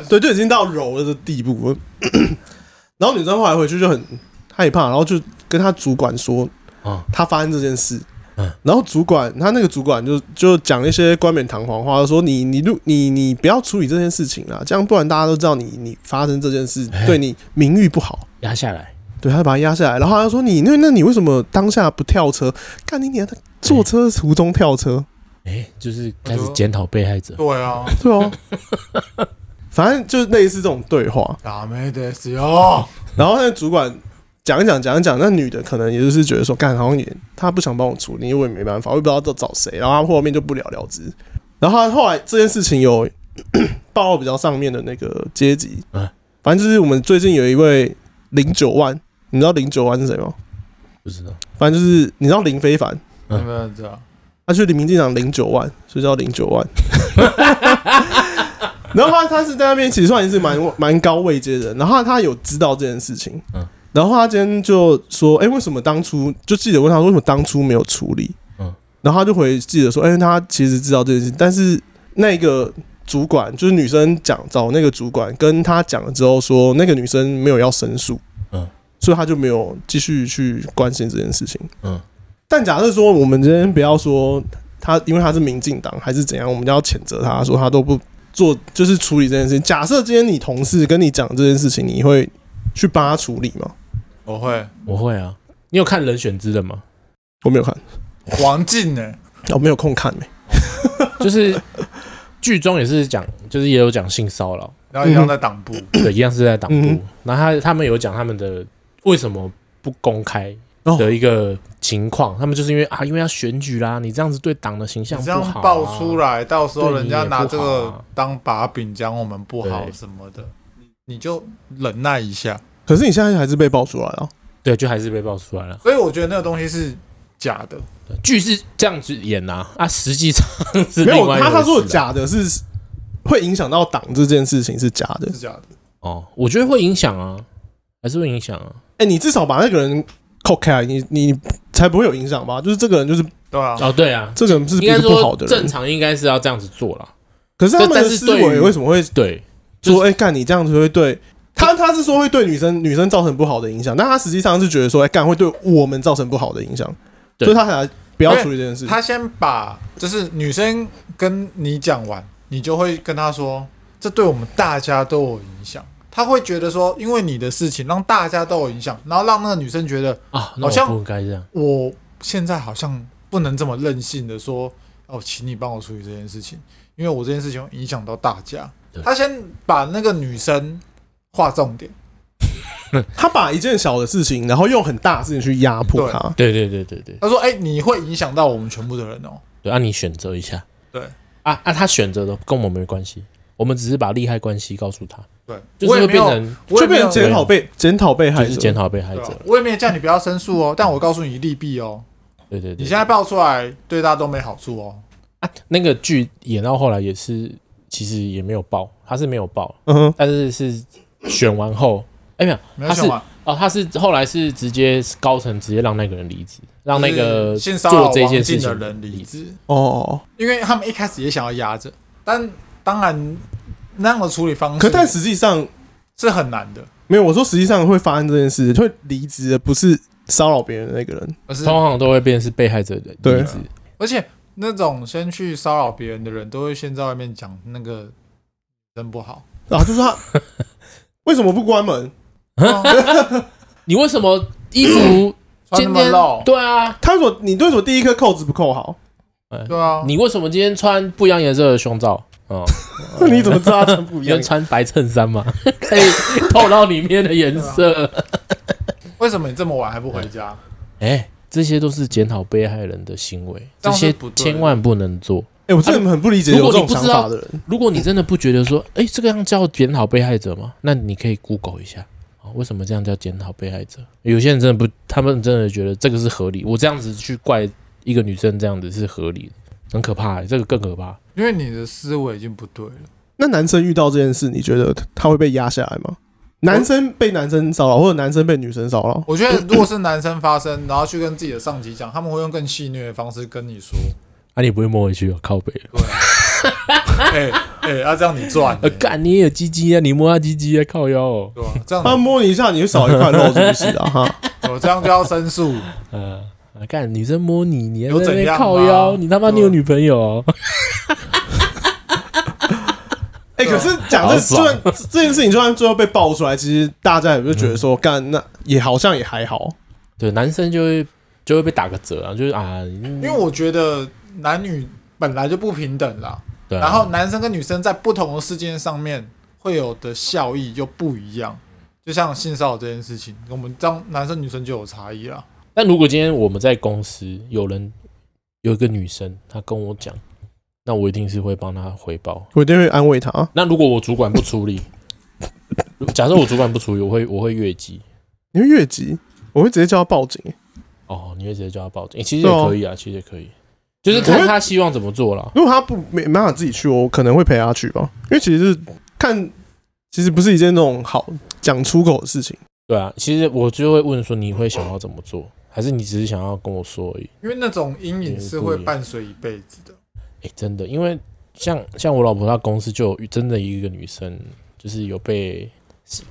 [SPEAKER 3] 对，就已经到揉的地步了。然后女生后来回去就很害怕，然后就跟她主管说，
[SPEAKER 1] 嗯
[SPEAKER 3] 她发生这件事。
[SPEAKER 1] 嗯
[SPEAKER 3] 然后主管，她那个主管就就讲一些冠冕堂皇话，就说你你如你你不要处理这件事情啦，这样不然大家都知道你你发生这件事对你名誉不好。
[SPEAKER 1] 压下来，
[SPEAKER 3] 对，他就把他压下来，然后他就说你那那你为什么当下不跳车？干你娘！他坐车途中跳车，
[SPEAKER 1] 哎，就是开始检讨被害者，
[SPEAKER 2] (laughs) 对啊，
[SPEAKER 3] 对哦。 (laughs) 反正就是类似这种对话，
[SPEAKER 2] ダメですよ。
[SPEAKER 3] 然后那个主管讲一讲讲一讲，那女的可能也就是觉得说，干好像也她不想帮我处理，因为我也没办法，我也不知道找谁，然后她后面就不了了之。然后她后来这件事情有 (coughs) 报到比较上面的那个阶级
[SPEAKER 1] 嗯，
[SPEAKER 3] 反正就是我们最近有一位零九万，你知道零九万是谁吗？
[SPEAKER 1] 不知道
[SPEAKER 3] 反正就是你知道林非凡，
[SPEAKER 1] 嗯
[SPEAKER 2] 有没有这样？
[SPEAKER 3] 他去民进党零九万，所以叫零九万。 (laughs) 然后他他是在那边其实算是蛮蛮高位阶的人，然后他他有知道这件事情，
[SPEAKER 1] 嗯
[SPEAKER 3] 然后他今天就说，哎、为什么当初就记者问他说为什么当初没有处理，
[SPEAKER 1] 嗯
[SPEAKER 3] 然后他就回记者说，哎、他其实知道这件事，但是那个主管就是女生讲找那个主管跟他讲了之后说，那个女生没有要申诉，
[SPEAKER 1] 嗯
[SPEAKER 3] 所以他就没有继续去关心这件事情，
[SPEAKER 1] 嗯
[SPEAKER 3] 但假设说我们今天不要说他，因为他是民进党还是怎样，我们就要谴责他，说他都不做，就是处理这件事情。假设今天你同事跟你讲这件事情，你会去帮他处理吗？
[SPEAKER 2] 我会
[SPEAKER 1] 我会啊，你有看《人选之人》吗？
[SPEAKER 3] 我没有看，
[SPEAKER 2] (laughs) 王静欸呢？
[SPEAKER 3] 我没有空看、欸、
[SPEAKER 1] 就是剧中也是讲，就是也有讲性骚扰，
[SPEAKER 2] 然后一样在党部，
[SPEAKER 1] 对，一样是在党部。
[SPEAKER 3] 嗯
[SPEAKER 1] 然后他他们有讲他们的为什么不公开
[SPEAKER 3] 哦
[SPEAKER 1] 的一个情况，他们就是因为啊，因为要选举啦，你这样子对党的形象
[SPEAKER 2] 你
[SPEAKER 1] 不
[SPEAKER 2] 这
[SPEAKER 1] 好、
[SPEAKER 2] 样
[SPEAKER 1] 啊，
[SPEAKER 2] 爆出来，到时候
[SPEAKER 1] 对
[SPEAKER 2] 人
[SPEAKER 1] 你
[SPEAKER 2] 家
[SPEAKER 1] 也
[SPEAKER 2] 拿
[SPEAKER 1] 不
[SPEAKER 2] 这
[SPEAKER 1] 好
[SPEAKER 2] 个
[SPEAKER 1] 啊
[SPEAKER 2] 当把柄讲我们不好
[SPEAKER 1] 对
[SPEAKER 2] 什么的，你就忍耐一下。
[SPEAKER 3] 可是你现在还是被爆出来啊了，
[SPEAKER 1] 对，就还是被爆出来了。
[SPEAKER 2] 所以我觉得那个东西是假的，
[SPEAKER 1] 对剧是这样子演啊，啊，实际上是
[SPEAKER 3] 没
[SPEAKER 1] 另
[SPEAKER 3] 有
[SPEAKER 1] 外一
[SPEAKER 3] 他他
[SPEAKER 1] 回
[SPEAKER 3] 说的
[SPEAKER 1] 事啊
[SPEAKER 3] 假的是会影响到党这件事情是假的
[SPEAKER 2] 是。假的。
[SPEAKER 1] 哦，我觉得会影响啊，还是会影响啊。
[SPEAKER 3] 哎、你至少把那个人扣开来，你你才不会有影响吧？就是这个人就是
[SPEAKER 2] 对啊，
[SPEAKER 1] 哦，对啊，
[SPEAKER 3] 这个人是
[SPEAKER 1] 应
[SPEAKER 3] 一
[SPEAKER 1] 该
[SPEAKER 3] 个不好
[SPEAKER 1] 说
[SPEAKER 3] 的
[SPEAKER 1] 正
[SPEAKER 3] 人，
[SPEAKER 1] 常应该是要这样子做啦。
[SPEAKER 3] 可是他们
[SPEAKER 1] 但
[SPEAKER 3] 的
[SPEAKER 1] 是
[SPEAKER 3] 思
[SPEAKER 1] 对于
[SPEAKER 3] 维为什么会
[SPEAKER 1] 对，
[SPEAKER 3] 说，哎、干你这样子会对他，他是说会对女生女生造成不好的影响，但他实际上是觉得说，哎、干会对我们造成不好的影响，
[SPEAKER 1] 对
[SPEAKER 3] 所以他才不要处理这件事。
[SPEAKER 2] 他先把就是女生跟你讲完，你就会跟她说，这对我们大家都有影响。他会觉得说，因为你的事情让大家都有影响，然后让那个女生觉得，
[SPEAKER 1] 啊，那
[SPEAKER 2] 好像
[SPEAKER 1] 我不应该这样。
[SPEAKER 2] 我现在好像不能这么任性的说，哦，请你帮我处理这件事情，因为我这件事情会影响到大家
[SPEAKER 1] 对。
[SPEAKER 2] 他先把那个女生划重点，
[SPEAKER 3] 他把一件小的事情，然后用很大的事情去压迫他。
[SPEAKER 1] 对对对对对
[SPEAKER 2] 他说，哎、你会影响到我们全部的人哦。
[SPEAKER 1] 对，啊，你选择一下。
[SPEAKER 2] 对，
[SPEAKER 1] 啊啊，他选择的跟我们没关系，我们只是把利害关系告诉他，
[SPEAKER 2] 对，
[SPEAKER 1] 就是
[SPEAKER 2] 我也
[SPEAKER 1] 会
[SPEAKER 2] 没
[SPEAKER 1] 变
[SPEAKER 2] 有，
[SPEAKER 1] 成
[SPEAKER 2] 我也
[SPEAKER 3] 就
[SPEAKER 2] 没
[SPEAKER 3] 变
[SPEAKER 2] 有
[SPEAKER 3] 成检讨被检讨被害
[SPEAKER 1] 就是检
[SPEAKER 3] 者，
[SPEAKER 1] 讨被害
[SPEAKER 2] 对
[SPEAKER 1] 者
[SPEAKER 2] 啊
[SPEAKER 1] 了。
[SPEAKER 2] 我也没有叫你不要申诉哦，但我告诉你利弊哦，
[SPEAKER 1] 对对对，
[SPEAKER 2] 你现在爆出来对大家都没好处哦。
[SPEAKER 1] 啊，那个剧演到后来也是其实也没有报，他是没有报，
[SPEAKER 3] 嗯哼，
[SPEAKER 1] 但是是选完后，哎、没有
[SPEAKER 2] 没有想法，
[SPEAKER 1] 哦，他是后来是直接高层直接让那个人离职，让那个
[SPEAKER 2] 就是性骚扰
[SPEAKER 1] 做这件
[SPEAKER 2] 王
[SPEAKER 1] 事
[SPEAKER 2] 静
[SPEAKER 1] 情
[SPEAKER 2] 的人离职，
[SPEAKER 3] 哦，
[SPEAKER 2] 因为他们一开始也想要压着，但当然那样的处理方
[SPEAKER 3] 可
[SPEAKER 2] 式，
[SPEAKER 3] 但实际上
[SPEAKER 2] 是很难的，
[SPEAKER 3] 没有，我说实际上会发生这件事，会离职的不是骚扰别人的那个人，
[SPEAKER 2] 而是
[SPEAKER 1] 通常都会变成是被害者的
[SPEAKER 3] 对啊
[SPEAKER 1] 离职。
[SPEAKER 2] 而且那种先去骚扰别人的人，都会先在外面讲那个人不好。
[SPEAKER 3] 然啊后就说他为什么不关门？
[SPEAKER 1] 嗯
[SPEAKER 2] 哦
[SPEAKER 1] 你为什么衣服
[SPEAKER 2] 穿那
[SPEAKER 1] 今
[SPEAKER 2] 么
[SPEAKER 1] 天
[SPEAKER 2] 露，
[SPEAKER 1] 对啊？
[SPEAKER 3] 他说你对什么第一颗扣子不扣好？ (laughs)
[SPEAKER 2] 对啊，
[SPEAKER 1] 你为什么今天穿不一样颜色的胸罩？哦，
[SPEAKER 3] 那你怎么知道他穿不一
[SPEAKER 1] 你
[SPEAKER 3] 样
[SPEAKER 1] 能？穿白衬衫 (laughs) 吗？可以透到里面的颜色。
[SPEAKER 2] 为什么你这么晚还不回家？
[SPEAKER 1] 哎、这些都是检讨被害人的行为，这
[SPEAKER 2] 这样是
[SPEAKER 1] 些
[SPEAKER 2] 不对的
[SPEAKER 1] 千万不能做。
[SPEAKER 3] 哎、我真的很不理解有这种想法的人。
[SPEAKER 1] 如果你真的不觉得说，哎、这个样叫检讨被害者吗？那你可以 Google 一下。哦为什么这样叫检讨被害者？有些人真的不，他们真的觉得这个是合理。我这样子去怪一个女生这样子是合理的，很可怕、欸，这个更可怕。
[SPEAKER 2] 因为你的思维已经不对了。
[SPEAKER 3] 那男生遇到这件事，你觉得他会被压下来吗？男生被男生骚扰，或者男生被女生骚扰，
[SPEAKER 2] 我觉得如果是男生发生，然后去跟自己的上级讲，他们会用更戏谑的方式跟你
[SPEAKER 1] (laughs)
[SPEAKER 2] 说
[SPEAKER 1] 啊，你不会摸回去哦，靠北。：“
[SPEAKER 2] 哎哎，要这样你赚
[SPEAKER 1] 呃
[SPEAKER 2] 欸，，
[SPEAKER 1] 干你也有鸡鸡啊，你摸他鸡鸡啊，靠腰哦。
[SPEAKER 2] 对吧？这样
[SPEAKER 3] 他摸你一下，你就少一块肉，是不是啊？哈，
[SPEAKER 2] 我这样就要申诉。
[SPEAKER 1] 呃，啊干女生摸你，你还在
[SPEAKER 2] 有
[SPEAKER 1] 那
[SPEAKER 2] 怎
[SPEAKER 1] 边
[SPEAKER 2] 样
[SPEAKER 1] 靠
[SPEAKER 2] 吗
[SPEAKER 1] 腰，你他妈
[SPEAKER 2] 对
[SPEAKER 1] 你有女朋友哦、
[SPEAKER 3] 哎、可是讲
[SPEAKER 1] 好
[SPEAKER 3] 这
[SPEAKER 1] 爽
[SPEAKER 3] 虽然这这件事情，就算最后被爆出来，其实大家也就觉得说，干那也好像也还好。
[SPEAKER 1] 对，男生就会就会被打个折啊，就是啊，因
[SPEAKER 2] 因为我觉得男女本来就不平等啦，
[SPEAKER 1] 对啊、
[SPEAKER 2] 然后男生跟女生在不同的事件上面会有的效益就不一样。就像性骚扰这件事情，我们当男生女生就有差异啦。
[SPEAKER 1] 但如果今天我们在公司有人有一个女生，她跟我讲，那我一定是会帮她回报。
[SPEAKER 3] 我一定会安慰他。啊
[SPEAKER 1] 那如果我主管不处理， (laughs) 如假设我主管不处理，我会我会越级。
[SPEAKER 3] 你会越级，我会直接叫他报警。
[SPEAKER 1] 哦，你会直接叫他报警、欸其实也
[SPEAKER 3] 对啊
[SPEAKER 1] 可以啊，其实也可以，就是
[SPEAKER 3] 我
[SPEAKER 1] 看
[SPEAKER 3] 会
[SPEAKER 1] 他希望怎么做啦。
[SPEAKER 3] 如果他不没没办法自己去，我可能会陪他去吧。因为其实是看，其实不是一件那种好讲出口的事情。
[SPEAKER 1] 对啊，其实我就会问说你会想要怎么做，还是你只是想要跟我说而已？
[SPEAKER 2] 因为那种阴影是会伴随一辈子的。
[SPEAKER 1] 哎、真的，因为像像我老婆她公司就有遇真的一个女生，就是有被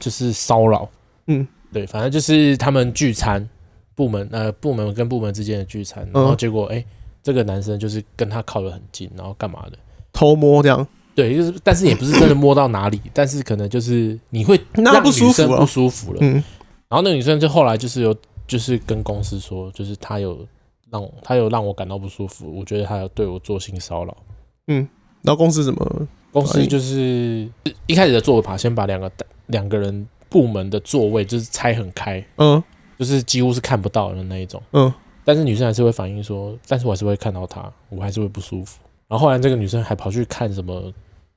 [SPEAKER 1] 就是骚扰，
[SPEAKER 3] 嗯，
[SPEAKER 1] 对，反正就是他们聚餐部门呃部门跟部门之间的聚餐，
[SPEAKER 3] 嗯
[SPEAKER 1] 然后结果哎、诶这个男生就是跟她靠得很近，然后干嘛的？
[SPEAKER 3] 偷摸这样，
[SPEAKER 1] 对，就是但是也不是真的摸到哪里，但是可能就是你会
[SPEAKER 3] 那
[SPEAKER 1] 让
[SPEAKER 3] 不
[SPEAKER 1] 女
[SPEAKER 3] 舒服
[SPEAKER 1] 生不
[SPEAKER 3] 啊。
[SPEAKER 1] 舒服了。
[SPEAKER 3] 嗯，
[SPEAKER 1] 然后那个女生就后来就是有就是跟公司说，就是她有让我她有让我感到不舒服，我觉得她有对我做性骚扰。
[SPEAKER 3] 然后公司怎么？
[SPEAKER 1] 公司
[SPEAKER 3] 哎
[SPEAKER 1] 就是一开始的做法，先把两个两个人部门的座位就是拆很开，
[SPEAKER 3] 嗯
[SPEAKER 1] 就是几乎是看不到的那一种。
[SPEAKER 3] 嗯，
[SPEAKER 1] 但是女生还是会反映说，但是我还是会看到她，我还是会不舒服。然后后来这个女生还跑去看什么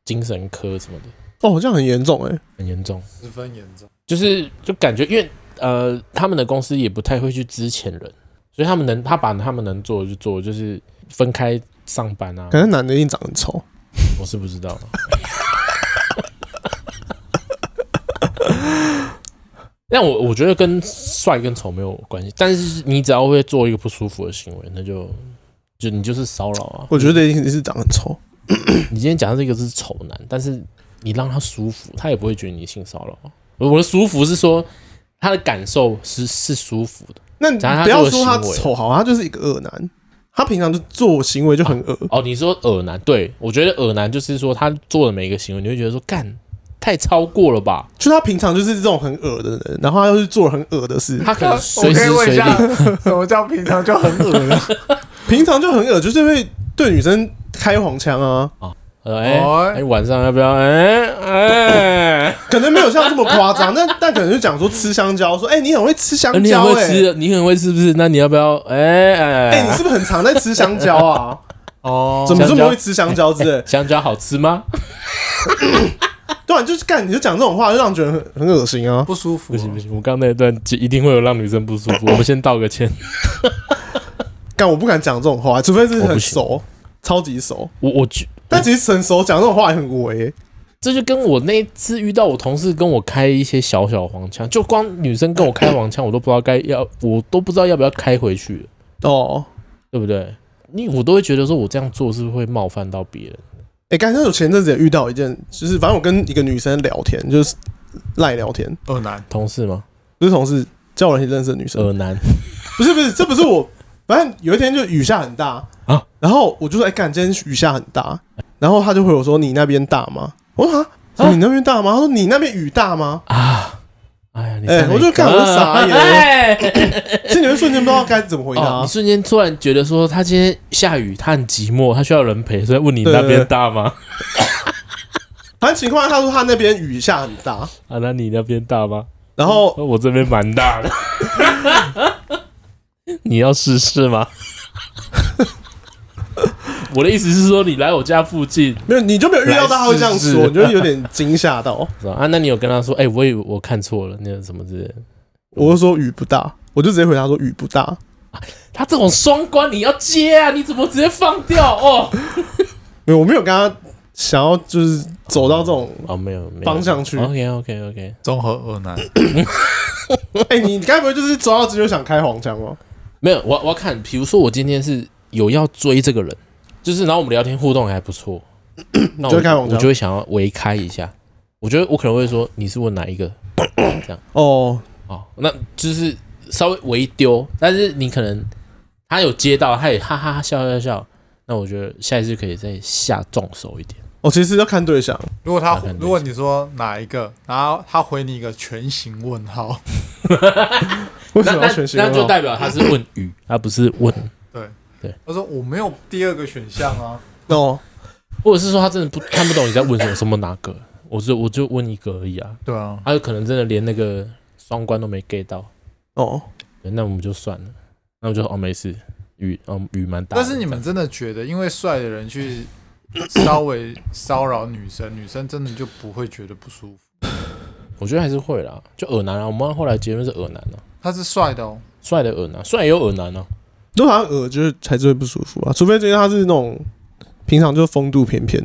[SPEAKER 1] 精神科什么的，
[SPEAKER 3] 哦，这样很严重哎、
[SPEAKER 1] 很严重。
[SPEAKER 2] 十分严重。
[SPEAKER 1] 就是就感觉，因为呃，他们的公司也不太会去支遣人，所以他们能他把他们能做的就做，就是分开上班啊
[SPEAKER 3] 可。能男的一定长得很丑。
[SPEAKER 1] 我是不知道 (laughs) 啊。但我我觉得跟帅跟丑没有关系，但是你只要会做一个不舒服的行为，那就就你就是骚扰啊。
[SPEAKER 3] 我觉得一定是长得很丑。
[SPEAKER 1] 你今天讲的这个是丑男，但是你让他舒服，他也不会觉得你性骚扰啊。我的舒服是说他的感受是是舒服的。
[SPEAKER 3] 那你
[SPEAKER 1] 讲他
[SPEAKER 3] 不要
[SPEAKER 1] 做的
[SPEAKER 3] 说他
[SPEAKER 1] 行为
[SPEAKER 3] 丑好，他就是一个恶男。他平常就做行为就很恶，
[SPEAKER 1] 哦，你说耳男，对我觉得耳男就是说他做的每一个行为，你会觉得说干太超过了吧？
[SPEAKER 3] 就他平常就是这种很恶的人，然后他又是做了很恶的事，
[SPEAKER 1] 他可
[SPEAKER 2] 那
[SPEAKER 1] 能随时
[SPEAKER 2] 我可
[SPEAKER 1] 随
[SPEAKER 2] 以问一
[SPEAKER 1] 地
[SPEAKER 2] 下，什么叫平常就很恶
[SPEAKER 1] (laughs)
[SPEAKER 2] 呢？
[SPEAKER 3] 平常就很恶，就是会对女生开黄腔啊，
[SPEAKER 1] 呃，哎、
[SPEAKER 2] 哦
[SPEAKER 1] 哎晚上要不要？哎、哎、
[SPEAKER 3] (laughs) 可能没有像这么夸张，但但可能就讲说吃香蕉，说哎、你很会吃香
[SPEAKER 1] 呃你很
[SPEAKER 3] 蕉
[SPEAKER 1] 会
[SPEAKER 3] 哎、
[SPEAKER 1] 吃，你很会吃，不是？那你要不要？哎、哎、
[SPEAKER 3] 哎、你是不是很常在吃香蕉啊？
[SPEAKER 2] 哦
[SPEAKER 3] 怎么这么会吃香蕉之类？
[SPEAKER 1] 香蕉好吃
[SPEAKER 3] (laughs)
[SPEAKER 1] 吗？
[SPEAKER 3] 对啊，你就是干，你就讲这种话，就让人觉得很很恶心啊。
[SPEAKER 2] 不舒服
[SPEAKER 1] 不？行不行，我刚刚那一段就一定会有让女生不舒
[SPEAKER 3] (laughs)
[SPEAKER 1] 服，我们先道个歉。
[SPEAKER 3] 干，我不敢讲这种话，除非是
[SPEAKER 1] 我不
[SPEAKER 3] 很
[SPEAKER 1] 行
[SPEAKER 3] 熟，超级熟。
[SPEAKER 1] 我我觉
[SPEAKER 3] 但其实成熟讲这种话也很违、欸，
[SPEAKER 1] 这就跟我那一次遇到我同事跟我开一些小小黄腔，就光女生跟我开黄腔，我都不知道该要， (coughs) 我都不知道要不要开回去了，
[SPEAKER 3] 哦，
[SPEAKER 1] 对不对？你我都会觉得说我这样做是不是会冒犯到别人？
[SPEAKER 3] 哎、刚才我前阵子也遇到一件，就是反正我跟一个女生聊天，就是赖聊天，
[SPEAKER 2] 二男
[SPEAKER 1] 同事吗？
[SPEAKER 3] 不是同事，叫我一起认识的女生，
[SPEAKER 1] 耳男，
[SPEAKER 3] 不是不是，这不是我，反正有一天就雨下很大
[SPEAKER 1] 啊
[SPEAKER 3] 啊，然后我就说，哎、干，今天雨下很大，然后他就回我说，你那边大吗？我说啊，
[SPEAKER 1] 啊
[SPEAKER 3] 你那边大吗？他说你那边雨大吗？
[SPEAKER 1] 啊，哎呀，你
[SPEAKER 3] 哎
[SPEAKER 1] 真的
[SPEAKER 3] 我就看我
[SPEAKER 1] 啊
[SPEAKER 3] 傻眼
[SPEAKER 1] 哎
[SPEAKER 3] 这你会瞬间不知道该怎么回答、
[SPEAKER 1] 哦，你瞬间突然觉得说他今天下雨，他很寂寞，他需要人陪，所以问你
[SPEAKER 3] 对
[SPEAKER 1] 那
[SPEAKER 3] 对
[SPEAKER 1] 边
[SPEAKER 3] 对
[SPEAKER 1] 大吗？
[SPEAKER 3] 反正情况，他说他那边雨下很大，
[SPEAKER 1] 啊，那你那边大吗？
[SPEAKER 3] 然后
[SPEAKER 1] 我这边蛮大的， (laughs) 你要试试吗？ (laughs) 我的意思是说，你来我家附近，
[SPEAKER 3] 没有你就没有预料到他会这样
[SPEAKER 1] 来试试
[SPEAKER 3] 说，你就有点惊吓到。
[SPEAKER 1] 是吧啊，那你有跟他说，哎、我以为我看错了，那个什么之类的。
[SPEAKER 3] 我就说雨不大，我就直接回答说雨不大。
[SPEAKER 1] 他这种双关你要接啊，你怎么直接放掉？哦，
[SPEAKER 3] 没有，我没有跟他想要就是走到这种。
[SPEAKER 1] 哦，没有，没有
[SPEAKER 3] 方向去
[SPEAKER 1] OK OK OK，
[SPEAKER 2] 综合二男，
[SPEAKER 1] 嗯
[SPEAKER 3] 哎、你该不会就是抓到直就想开黄腔吗？
[SPEAKER 1] 没有，我我要看，比如说我今天是有要追这个人，就是然后我们聊天互动还不
[SPEAKER 3] (coughs)
[SPEAKER 1] 错，那我
[SPEAKER 3] 就会开黄
[SPEAKER 1] 我
[SPEAKER 3] 腔
[SPEAKER 1] 就会想要围开一下。我觉得我可能会说你是问哪一个
[SPEAKER 3] 哦，
[SPEAKER 1] 哦，那就是稍微围丢，但是你可能他有接到，他也哈哈哈笑笑笑，那我觉得下一次可以再下重手一点。
[SPEAKER 3] 哦，其实要看对象，
[SPEAKER 2] 如果他
[SPEAKER 1] 麻烦对
[SPEAKER 2] 如果你说哪一个，然后他回你一个全形问号，
[SPEAKER 1] 那
[SPEAKER 3] 为什
[SPEAKER 1] 那
[SPEAKER 3] 么要啊全新
[SPEAKER 1] 那
[SPEAKER 3] 问
[SPEAKER 1] 就
[SPEAKER 3] 号？
[SPEAKER 1] 代表他是问语，他不是问，
[SPEAKER 2] 对
[SPEAKER 1] 对，
[SPEAKER 2] 他说我没有第二个选项啊，
[SPEAKER 3] 哦，
[SPEAKER 1] 或者是说他真的不看不懂你在问什么什么哪个，我就我就问一个而已啊，
[SPEAKER 2] 对啊，
[SPEAKER 1] 他有可能真的连那个双关都没 get 到。
[SPEAKER 3] 哦，
[SPEAKER 1] 对那我们就算了，那我就哦没事，雨哦雨蛮大的。
[SPEAKER 2] 但是你们真的觉得，因为帅的人去稍微 (coughs) 骚扰女生，女生真的就不会觉得不舒服？
[SPEAKER 1] 我觉得还是会啦，就耳男啊，我们后来结论是耳男啊，
[SPEAKER 2] 他是帅的哦，
[SPEAKER 1] 帅的耳男，帅也有耳男啊，
[SPEAKER 3] 如果他耳就是才是会不舒服啊，除非今天他是那种平常就风度翩翩，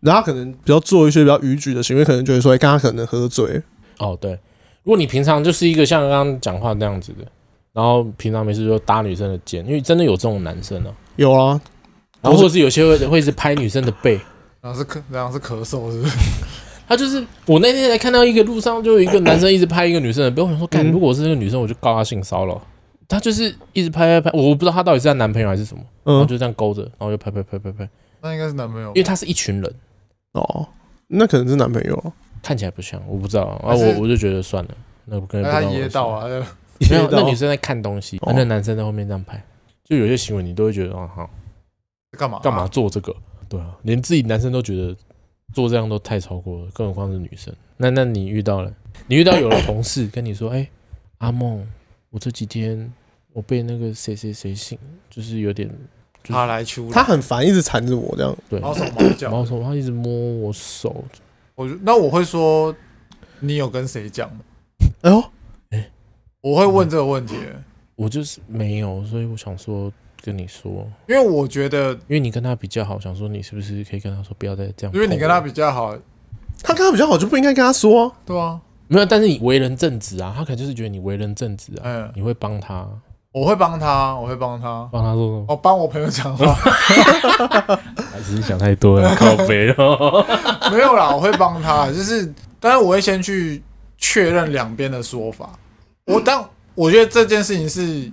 [SPEAKER 3] 然后他可能比较做一些比较逾矩的行为，可能就会说，哎、刚刚可能喝醉，
[SPEAKER 1] 哦对，如果你平常就是一个像刚刚讲话那样子的，然后平常没事就搭女生的肩，因为真的有这种男生啊，
[SPEAKER 3] 有啊，
[SPEAKER 1] 然后或者是有些会会是拍女生的背，
[SPEAKER 2] 然后是咳，然后是咳嗽，是不是？
[SPEAKER 1] 他就是我那天才看到一个路上就有一个男生一直拍一个女生的背，我想说，干，
[SPEAKER 3] 嗯
[SPEAKER 1] 如果我是那个女生，我就告他性骚扰。他就是一直拍拍拍，我不知道他到底是她男朋友还是什么，然后
[SPEAKER 3] 嗯，
[SPEAKER 1] 就这样勾着，然后就拍拍拍拍拍，
[SPEAKER 2] 那应该是男朋友
[SPEAKER 1] 因为，他是一群人。
[SPEAKER 3] 哦，那可能是男朋友啊，
[SPEAKER 1] 看起来不像，我不知道啊，
[SPEAKER 2] 还是
[SPEAKER 1] 我我就觉得算了，那我跟
[SPEAKER 2] 那
[SPEAKER 1] 不
[SPEAKER 2] 他
[SPEAKER 1] 关我的
[SPEAKER 2] 噎
[SPEAKER 1] 事
[SPEAKER 2] 到，啊，他就
[SPEAKER 1] 没有，那
[SPEAKER 3] (laughs) 噎到
[SPEAKER 1] 女生在看东西，啊
[SPEAKER 3] 哦
[SPEAKER 1] 那男生在后面这样拍，就有些行为你都会觉得啊，好
[SPEAKER 2] 干嘛？
[SPEAKER 1] 干嘛？做这个？对啊，连自己男生都觉得做这样都太超过了，更何况是女生。那那你遇到了，你遇到有的同事跟你说，哎，阿梦，我这几天我被那个谁谁谁性，就是有点就是
[SPEAKER 2] 他来出，
[SPEAKER 3] 他很烦，一直缠着我这样，
[SPEAKER 1] 对，
[SPEAKER 2] 毛手毛
[SPEAKER 1] 然
[SPEAKER 2] 脚
[SPEAKER 1] 后。说他一直摸我手，
[SPEAKER 2] 我就那我会说，你有跟谁讲吗？
[SPEAKER 3] 哎呦，
[SPEAKER 2] 我会问这个问题，
[SPEAKER 1] 我就是没有，所以我想说跟你说，
[SPEAKER 2] 因为我觉得，
[SPEAKER 1] 因为你跟他比较好，想说你是不是可以跟他说不要再这样碰我。
[SPEAKER 2] 因为你跟他比较好，
[SPEAKER 3] 他跟他比较好，就不应该跟他说、啊。
[SPEAKER 2] 对啊，
[SPEAKER 1] 没有，但是你为人正直啊，他可能就是觉得你为人正直啊，
[SPEAKER 2] 嗯，
[SPEAKER 1] 你会帮他，
[SPEAKER 2] 我会帮他，我会帮他，
[SPEAKER 1] 帮他做什么？
[SPEAKER 2] 我帮我朋友讲话，
[SPEAKER 1] 还是你想太多了， (laughs) 靠背 (laughs) 哦。
[SPEAKER 2] (laughs) 没有啦，我会帮他，就是，但是我会先去确认两边的说法。我当我觉得这件事情是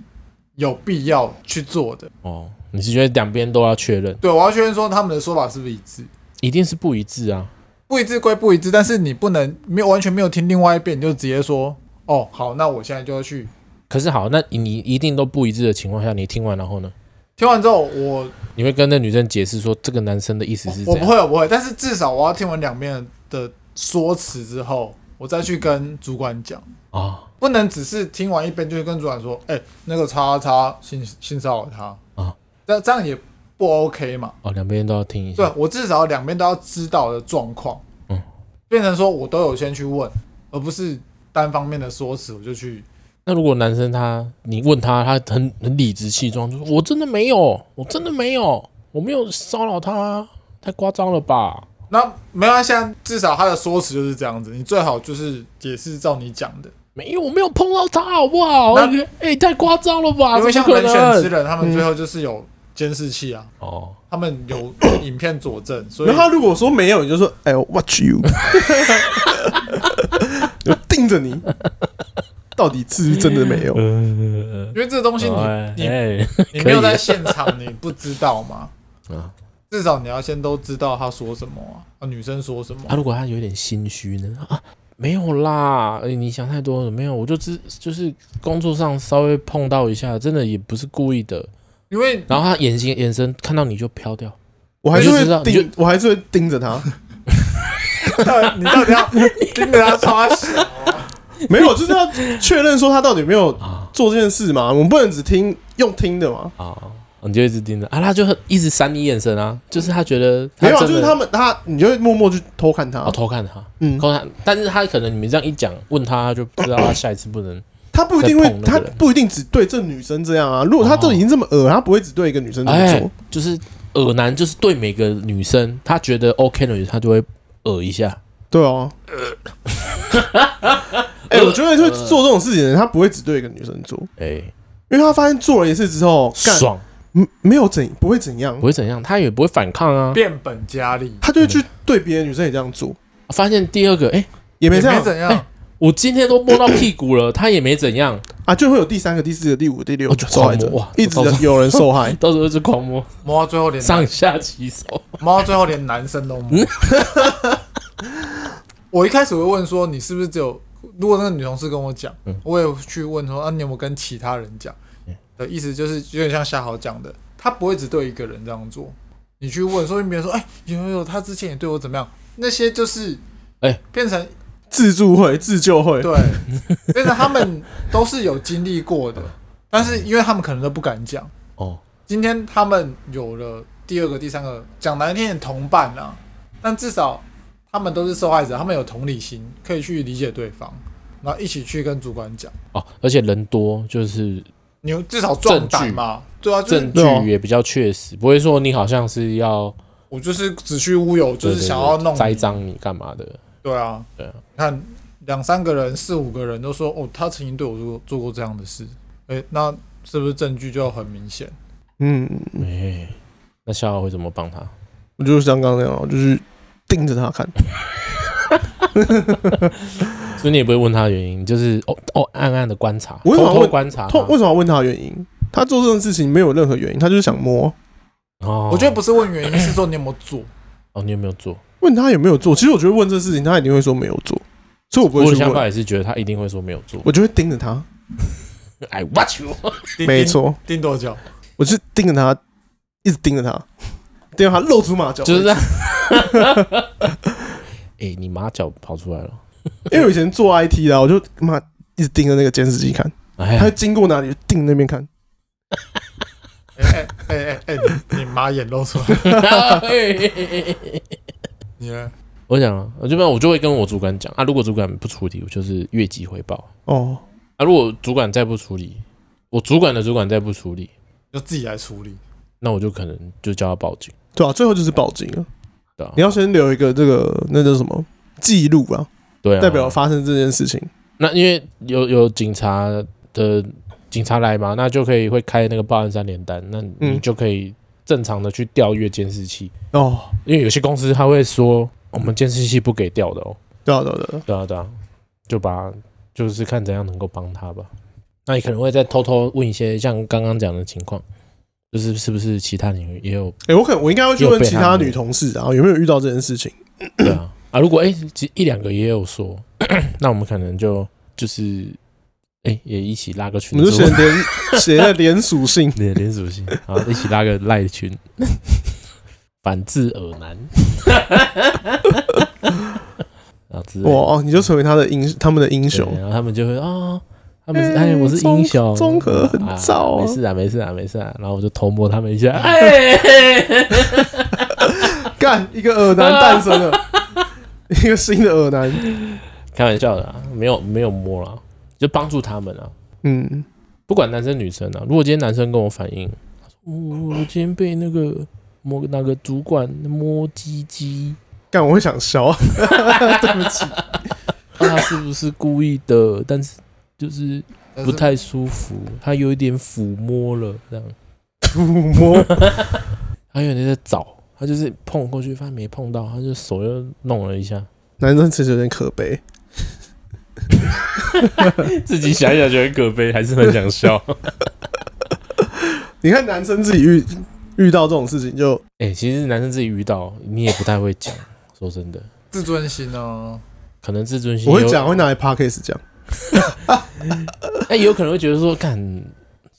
[SPEAKER 2] 有必要去做的，
[SPEAKER 1] 哦，你是觉得两边都要确认，
[SPEAKER 2] 对我要确认说他们的说法是不是一致。
[SPEAKER 1] 一定是不一致啊？
[SPEAKER 2] 不一致归不一致，但是你不能没有完全没有听另外一边，你就直接说哦，好，那我现在就要去。
[SPEAKER 1] 可是好，那你一定都不一致的情况下，你听完然后呢？
[SPEAKER 2] 听完之后，我
[SPEAKER 1] 你会跟那女生解释说这个男生的意思是这
[SPEAKER 2] 我不
[SPEAKER 1] 样？
[SPEAKER 2] 会，我不会，但是至少我要听完两边的说辞之后，我再去跟主管讲，
[SPEAKER 1] 啊
[SPEAKER 2] 不能只是听完一边就跟主管说，哎、那个叉叉性性骚扰他
[SPEAKER 1] 啊，
[SPEAKER 2] 那这样也不 OK 嘛？
[SPEAKER 1] 哦，两边都要听一
[SPEAKER 2] 对啊
[SPEAKER 1] 下。
[SPEAKER 2] 我至少两边都要知道的状况，
[SPEAKER 1] 嗯，
[SPEAKER 2] 变成说我都有先去问，而不是单方面的说辞我就去
[SPEAKER 1] 那如果男生他，你问他，他很很理直气壮，就说我真的没有，我真的没有，我没有骚扰他啊，太夸张了吧？
[SPEAKER 2] 那没关系，啊，至少他的说辞就是这样子。你最好就是解释照你讲的，
[SPEAKER 1] 没有，我没有碰到他，好不好？
[SPEAKER 2] 那
[SPEAKER 1] 我觉得哎、太夸张了吧？
[SPEAKER 2] 因
[SPEAKER 1] 怎
[SPEAKER 2] 为像
[SPEAKER 1] 么可
[SPEAKER 2] 人选之
[SPEAKER 1] 能？
[SPEAKER 2] 人，他们最后就是有监视器啊，
[SPEAKER 1] 哦，
[SPEAKER 2] 他们有
[SPEAKER 1] 嗯
[SPEAKER 2] 影片佐证，所以
[SPEAKER 3] 然后他如果说没有，你就说哎呦，watch you，就盯着你，到底是不是真的没有？
[SPEAKER 1] 嗯，
[SPEAKER 2] 因为这东西
[SPEAKER 1] 哎
[SPEAKER 2] 你你
[SPEAKER 1] 哎
[SPEAKER 2] 你没有
[SPEAKER 1] 可以
[SPEAKER 2] 在现场，你不知道嘛
[SPEAKER 1] 啊。
[SPEAKER 2] 至少你要先都知道他说什么啊，啊女生说什么
[SPEAKER 1] 啊，如果他有点心虚呢？啊，没有啦，哎你想太多了，没有，我就只就是工作上稍微碰到一下，真的也不是故意的。
[SPEAKER 2] 因为 (laughs)
[SPEAKER 1] 然后他眼睛眼神看到你就飘掉，
[SPEAKER 3] 我还是
[SPEAKER 1] 你就知道
[SPEAKER 3] 会
[SPEAKER 1] 你就
[SPEAKER 3] 盯，我还是会盯着他。
[SPEAKER 2] 到底你到底要盯着他抓小啊，
[SPEAKER 3] 没有，就是要确认说他到底有没有做这件事嘛。我们不能只听用听的嘛。
[SPEAKER 1] 啊，你就一直盯着啊，他就很一直闪你眼神啊，就是他觉得
[SPEAKER 3] 没有啊，
[SPEAKER 1] 真
[SPEAKER 3] 就
[SPEAKER 1] 的
[SPEAKER 3] 是他们他，你就会默默去偷看他
[SPEAKER 1] 哦。偷看他，
[SPEAKER 3] 嗯
[SPEAKER 1] 偷看，但是他可能你们这样一讲，问他他就不知道他下一次不能
[SPEAKER 3] 他不一定会
[SPEAKER 1] 在碰，那
[SPEAKER 3] 他
[SPEAKER 1] 个人哦
[SPEAKER 3] 不一定只对这女生这样啊。如果他都已经这么恶，他不会只对一个女生这么
[SPEAKER 1] 哎
[SPEAKER 3] 做。，
[SPEAKER 1] 就是恶男，就是对每个女生他觉得 OK 的女生，他就会恶一下。
[SPEAKER 3] 对哦。
[SPEAKER 1] 呃
[SPEAKER 3] (laughs) 哎，我觉得会做这种事情的人，他不会只对一个女生做，
[SPEAKER 1] 哎，
[SPEAKER 3] 因为他发现做了一次之后，干，
[SPEAKER 1] 爽
[SPEAKER 3] 嗯，没有怎不会怎样
[SPEAKER 1] 不，会怎样，他也不会反抗啊。
[SPEAKER 2] 变本加厉，
[SPEAKER 3] 他就会去对别的女生也这样做，
[SPEAKER 1] 发现第二个，哎，
[SPEAKER 3] 也没
[SPEAKER 2] 也
[SPEAKER 3] 这样
[SPEAKER 2] 没怎样，
[SPEAKER 1] 我今天都摸到屁股了，他也没怎样，
[SPEAKER 3] 啊，就会有第三个、第四个、第五个、第六
[SPEAKER 1] 哦
[SPEAKER 3] 个
[SPEAKER 1] 就
[SPEAKER 3] 受害者
[SPEAKER 1] 哇，
[SPEAKER 3] 一直
[SPEAKER 1] 这超
[SPEAKER 3] 有人受害。
[SPEAKER 1] (laughs) 到时候就狂
[SPEAKER 3] (laughs)
[SPEAKER 1] 摸，
[SPEAKER 2] 摸到最后连
[SPEAKER 1] 上下其手。
[SPEAKER 2] 摸到最后连男生都摸。 (laughs) 我一开始会问说你是不是只有，如果那个女同事跟我讲，我也去问说啊你有没有跟其他人讲？的意思就是有点像夏豪讲的，他不会只对一个人这样做。你去问，说明别人说哎有有有，他之前也对我怎么样？那些就是
[SPEAKER 1] 哎
[SPEAKER 2] 变成
[SPEAKER 3] 自助会、自救会，
[SPEAKER 2] 对，变成他们都是有经历过的，但是因为他们可能都不敢讲。
[SPEAKER 1] 哦，
[SPEAKER 2] 今天他们有了第二个、第三个，讲难听点同伴啊，但至少他们都是受害者，他们有同理心，可以去理解对方，然后一起去跟主管讲。
[SPEAKER 1] 哦，而且人多，就是
[SPEAKER 2] 你至少壮胆嘛，对啊，就是
[SPEAKER 1] 证据
[SPEAKER 3] 对哦
[SPEAKER 1] 也比较确实，不会说你好像是要
[SPEAKER 2] 我就是子虚乌有，就是想要弄你
[SPEAKER 1] 栽赃你干嘛的。
[SPEAKER 2] 对啊，
[SPEAKER 1] 对啊
[SPEAKER 2] 你看两三个人、四五个人都说哦，他曾经对我做过做过这样的事，诶，那是不是证据就很明显？
[SPEAKER 3] 嗯，
[SPEAKER 1] 哎，那逍遥会怎么帮他？
[SPEAKER 3] 我就是像刚刚那样，我就是盯着他看，
[SPEAKER 1] 所以你也不会问他的原因，你就是哦哦暗暗的观察，
[SPEAKER 3] 我
[SPEAKER 1] 偷
[SPEAKER 3] 为
[SPEAKER 2] 啊
[SPEAKER 3] 什么要
[SPEAKER 1] 偷
[SPEAKER 3] 问
[SPEAKER 1] 观察他。
[SPEAKER 3] 他为什么要问他原因？他做这种事情没有任何原因，他就是想摸。
[SPEAKER 1] 哦，
[SPEAKER 2] 我觉得不是问原因，是说你有没有
[SPEAKER 1] (laughs)
[SPEAKER 2] 做。
[SPEAKER 1] 哦，你有没有做？
[SPEAKER 3] 问他有没有做，其实我觉得问这事情，他一定会说没有做，所以我不
[SPEAKER 1] 我
[SPEAKER 3] 会
[SPEAKER 1] 的
[SPEAKER 3] 去
[SPEAKER 1] 想法
[SPEAKER 3] 问，
[SPEAKER 1] 也是觉得他一定会说没有做。
[SPEAKER 3] 我就会盯着他。
[SPEAKER 1] I watch you，
[SPEAKER 2] 盯
[SPEAKER 3] 没，错，
[SPEAKER 2] 盯盯多久？
[SPEAKER 3] 我就是盯着他，一直盯着他， (laughs) 盯着他露出马脚。
[SPEAKER 1] 就是这样。 (laughs) 哎、你马脚跑出来了，
[SPEAKER 3] 因为我以前做 IT 的啊，我就妈一直盯着那个监视器看，他
[SPEAKER 1] 哎，
[SPEAKER 3] 经过哪里就盯着那边看。
[SPEAKER 2] 哎哎哎哎，你你妈眼露出来，你呢？
[SPEAKER 1] (laughs) 我讲了，我这边我就会跟我主管讲啊，如果主管不处理，我就是越级汇报
[SPEAKER 3] 哦，
[SPEAKER 1] 啊；如果主管再不处理，我主管的主管再不处理，
[SPEAKER 2] 就自己来处理。
[SPEAKER 1] 那我就可能就叫他报警，
[SPEAKER 3] 对啊，最后就是报警了。
[SPEAKER 1] 对啊
[SPEAKER 3] 你要先留一个这个那叫什么记录啊，
[SPEAKER 1] 对啊，
[SPEAKER 3] 代表发生这件事情。
[SPEAKER 1] 那因为有有警察的警察来嘛，那就可以会开那个报案三联单，那你
[SPEAKER 3] 嗯
[SPEAKER 1] 就可以正常的去调阅监视器，
[SPEAKER 3] 哦，
[SPEAKER 1] 因为有些公司他会说我们监视器不给调的哦，
[SPEAKER 3] 对啊，对啊，对啊，
[SPEAKER 1] 对啊对啊，就把就是看怎样能够帮他吧。那你可能会再偷偷问一些像刚刚讲的情况，就是是不是其他人也有
[SPEAKER 3] 哎、我可能我应该会去问其
[SPEAKER 1] 又被他
[SPEAKER 3] 他
[SPEAKER 1] 摸
[SPEAKER 3] 女同事啊，有没有遇到这件事情？
[SPEAKER 1] 对啊啊，如果哎、其实一两个也有说， (clears throat) 那我们可能就就是哎、也一起拉个
[SPEAKER 3] 我
[SPEAKER 1] 群
[SPEAKER 3] 们
[SPEAKER 1] 组，
[SPEAKER 3] 就写
[SPEAKER 1] (laughs)
[SPEAKER 3] 联写了联署信，
[SPEAKER 1] 连连属性，好，一起拉个赖群， (laughs) 反制耳男， (laughs) 啊之类的
[SPEAKER 3] 哇，哦，你就成为他的英他们的英
[SPEAKER 1] 对
[SPEAKER 3] 雄。
[SPEAKER 1] 然后他们就会啊、他们是
[SPEAKER 3] 哎
[SPEAKER 1] 哎，我是英雄，
[SPEAKER 3] 综综合很糟
[SPEAKER 1] 啊
[SPEAKER 3] 啊
[SPEAKER 1] 没事啊，没事啊，没事啊，然后我就偷摸他们一下， (laughs) 哎，
[SPEAKER 3] 干，一个耳男诞生了， (laughs) 一个新的耳男。
[SPEAKER 1] 开玩笑的、啊，没有没有摸啦，就帮助他们啊，
[SPEAKER 3] 嗯，
[SPEAKER 1] 哦不管男生女生啊，如果今天男生跟我反映，他说我我今天被那个摸那个主管摸鸡鸡，
[SPEAKER 3] 干我会想笑，对不起，
[SPEAKER 1] 那啊他是不是故意的？但是就是不太舒服，他有一点抚摸了，这样，
[SPEAKER 3] 抚摸，
[SPEAKER 1] 他有点在找，他就是碰过去，发现没碰到，他就手又弄了一下，
[SPEAKER 3] 男生其实有点可悲，
[SPEAKER 1] 自己想一想觉得很可悲，还是很想笑。
[SPEAKER 3] 你看男生自己遇遇到这种事情就
[SPEAKER 1] (laughs) 哎、其实男生自己遇到你也不太会讲，说真的，
[SPEAKER 2] 自尊心哦呢？
[SPEAKER 1] 可能自尊心
[SPEAKER 3] 我会
[SPEAKER 1] 有
[SPEAKER 3] 讲，我会拿来 podcast 讲，
[SPEAKER 1] 哎、有可能会觉得说，干，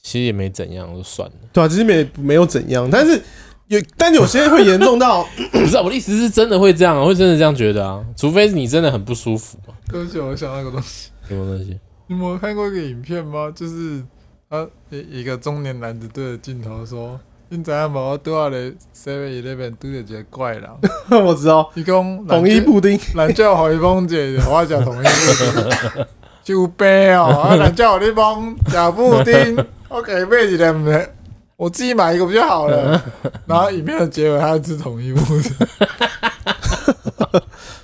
[SPEAKER 1] 其实也没怎样，就算了。
[SPEAKER 3] 对啊，其实没没有怎样，但是有，但有些会严重到， (laughs)
[SPEAKER 1] 不是、啊，我的意思是真的会这样啊，会真的这样觉得啊，除非你真的很不舒服嘛，
[SPEAKER 2] 对不起，我想那个东西。
[SPEAKER 1] 什么东西？
[SPEAKER 2] 你们有看过一个影片吗？就是啊，一一个中年男子对着镜头说：“你知影无？我拄下咧 Seven Eleven 拄着一个怪人， (laughs)
[SPEAKER 3] 我知道
[SPEAKER 2] 伊讲
[SPEAKER 3] 统一布丁，
[SPEAKER 2] 懒叫回风姐，我食统一布丁， (laughs) 就病哦。啊，懒叫我你帮食布丁， (laughs) 我给买一个不是，我自己买一个不就好了？然后影片的结尾，他吃统一布丁，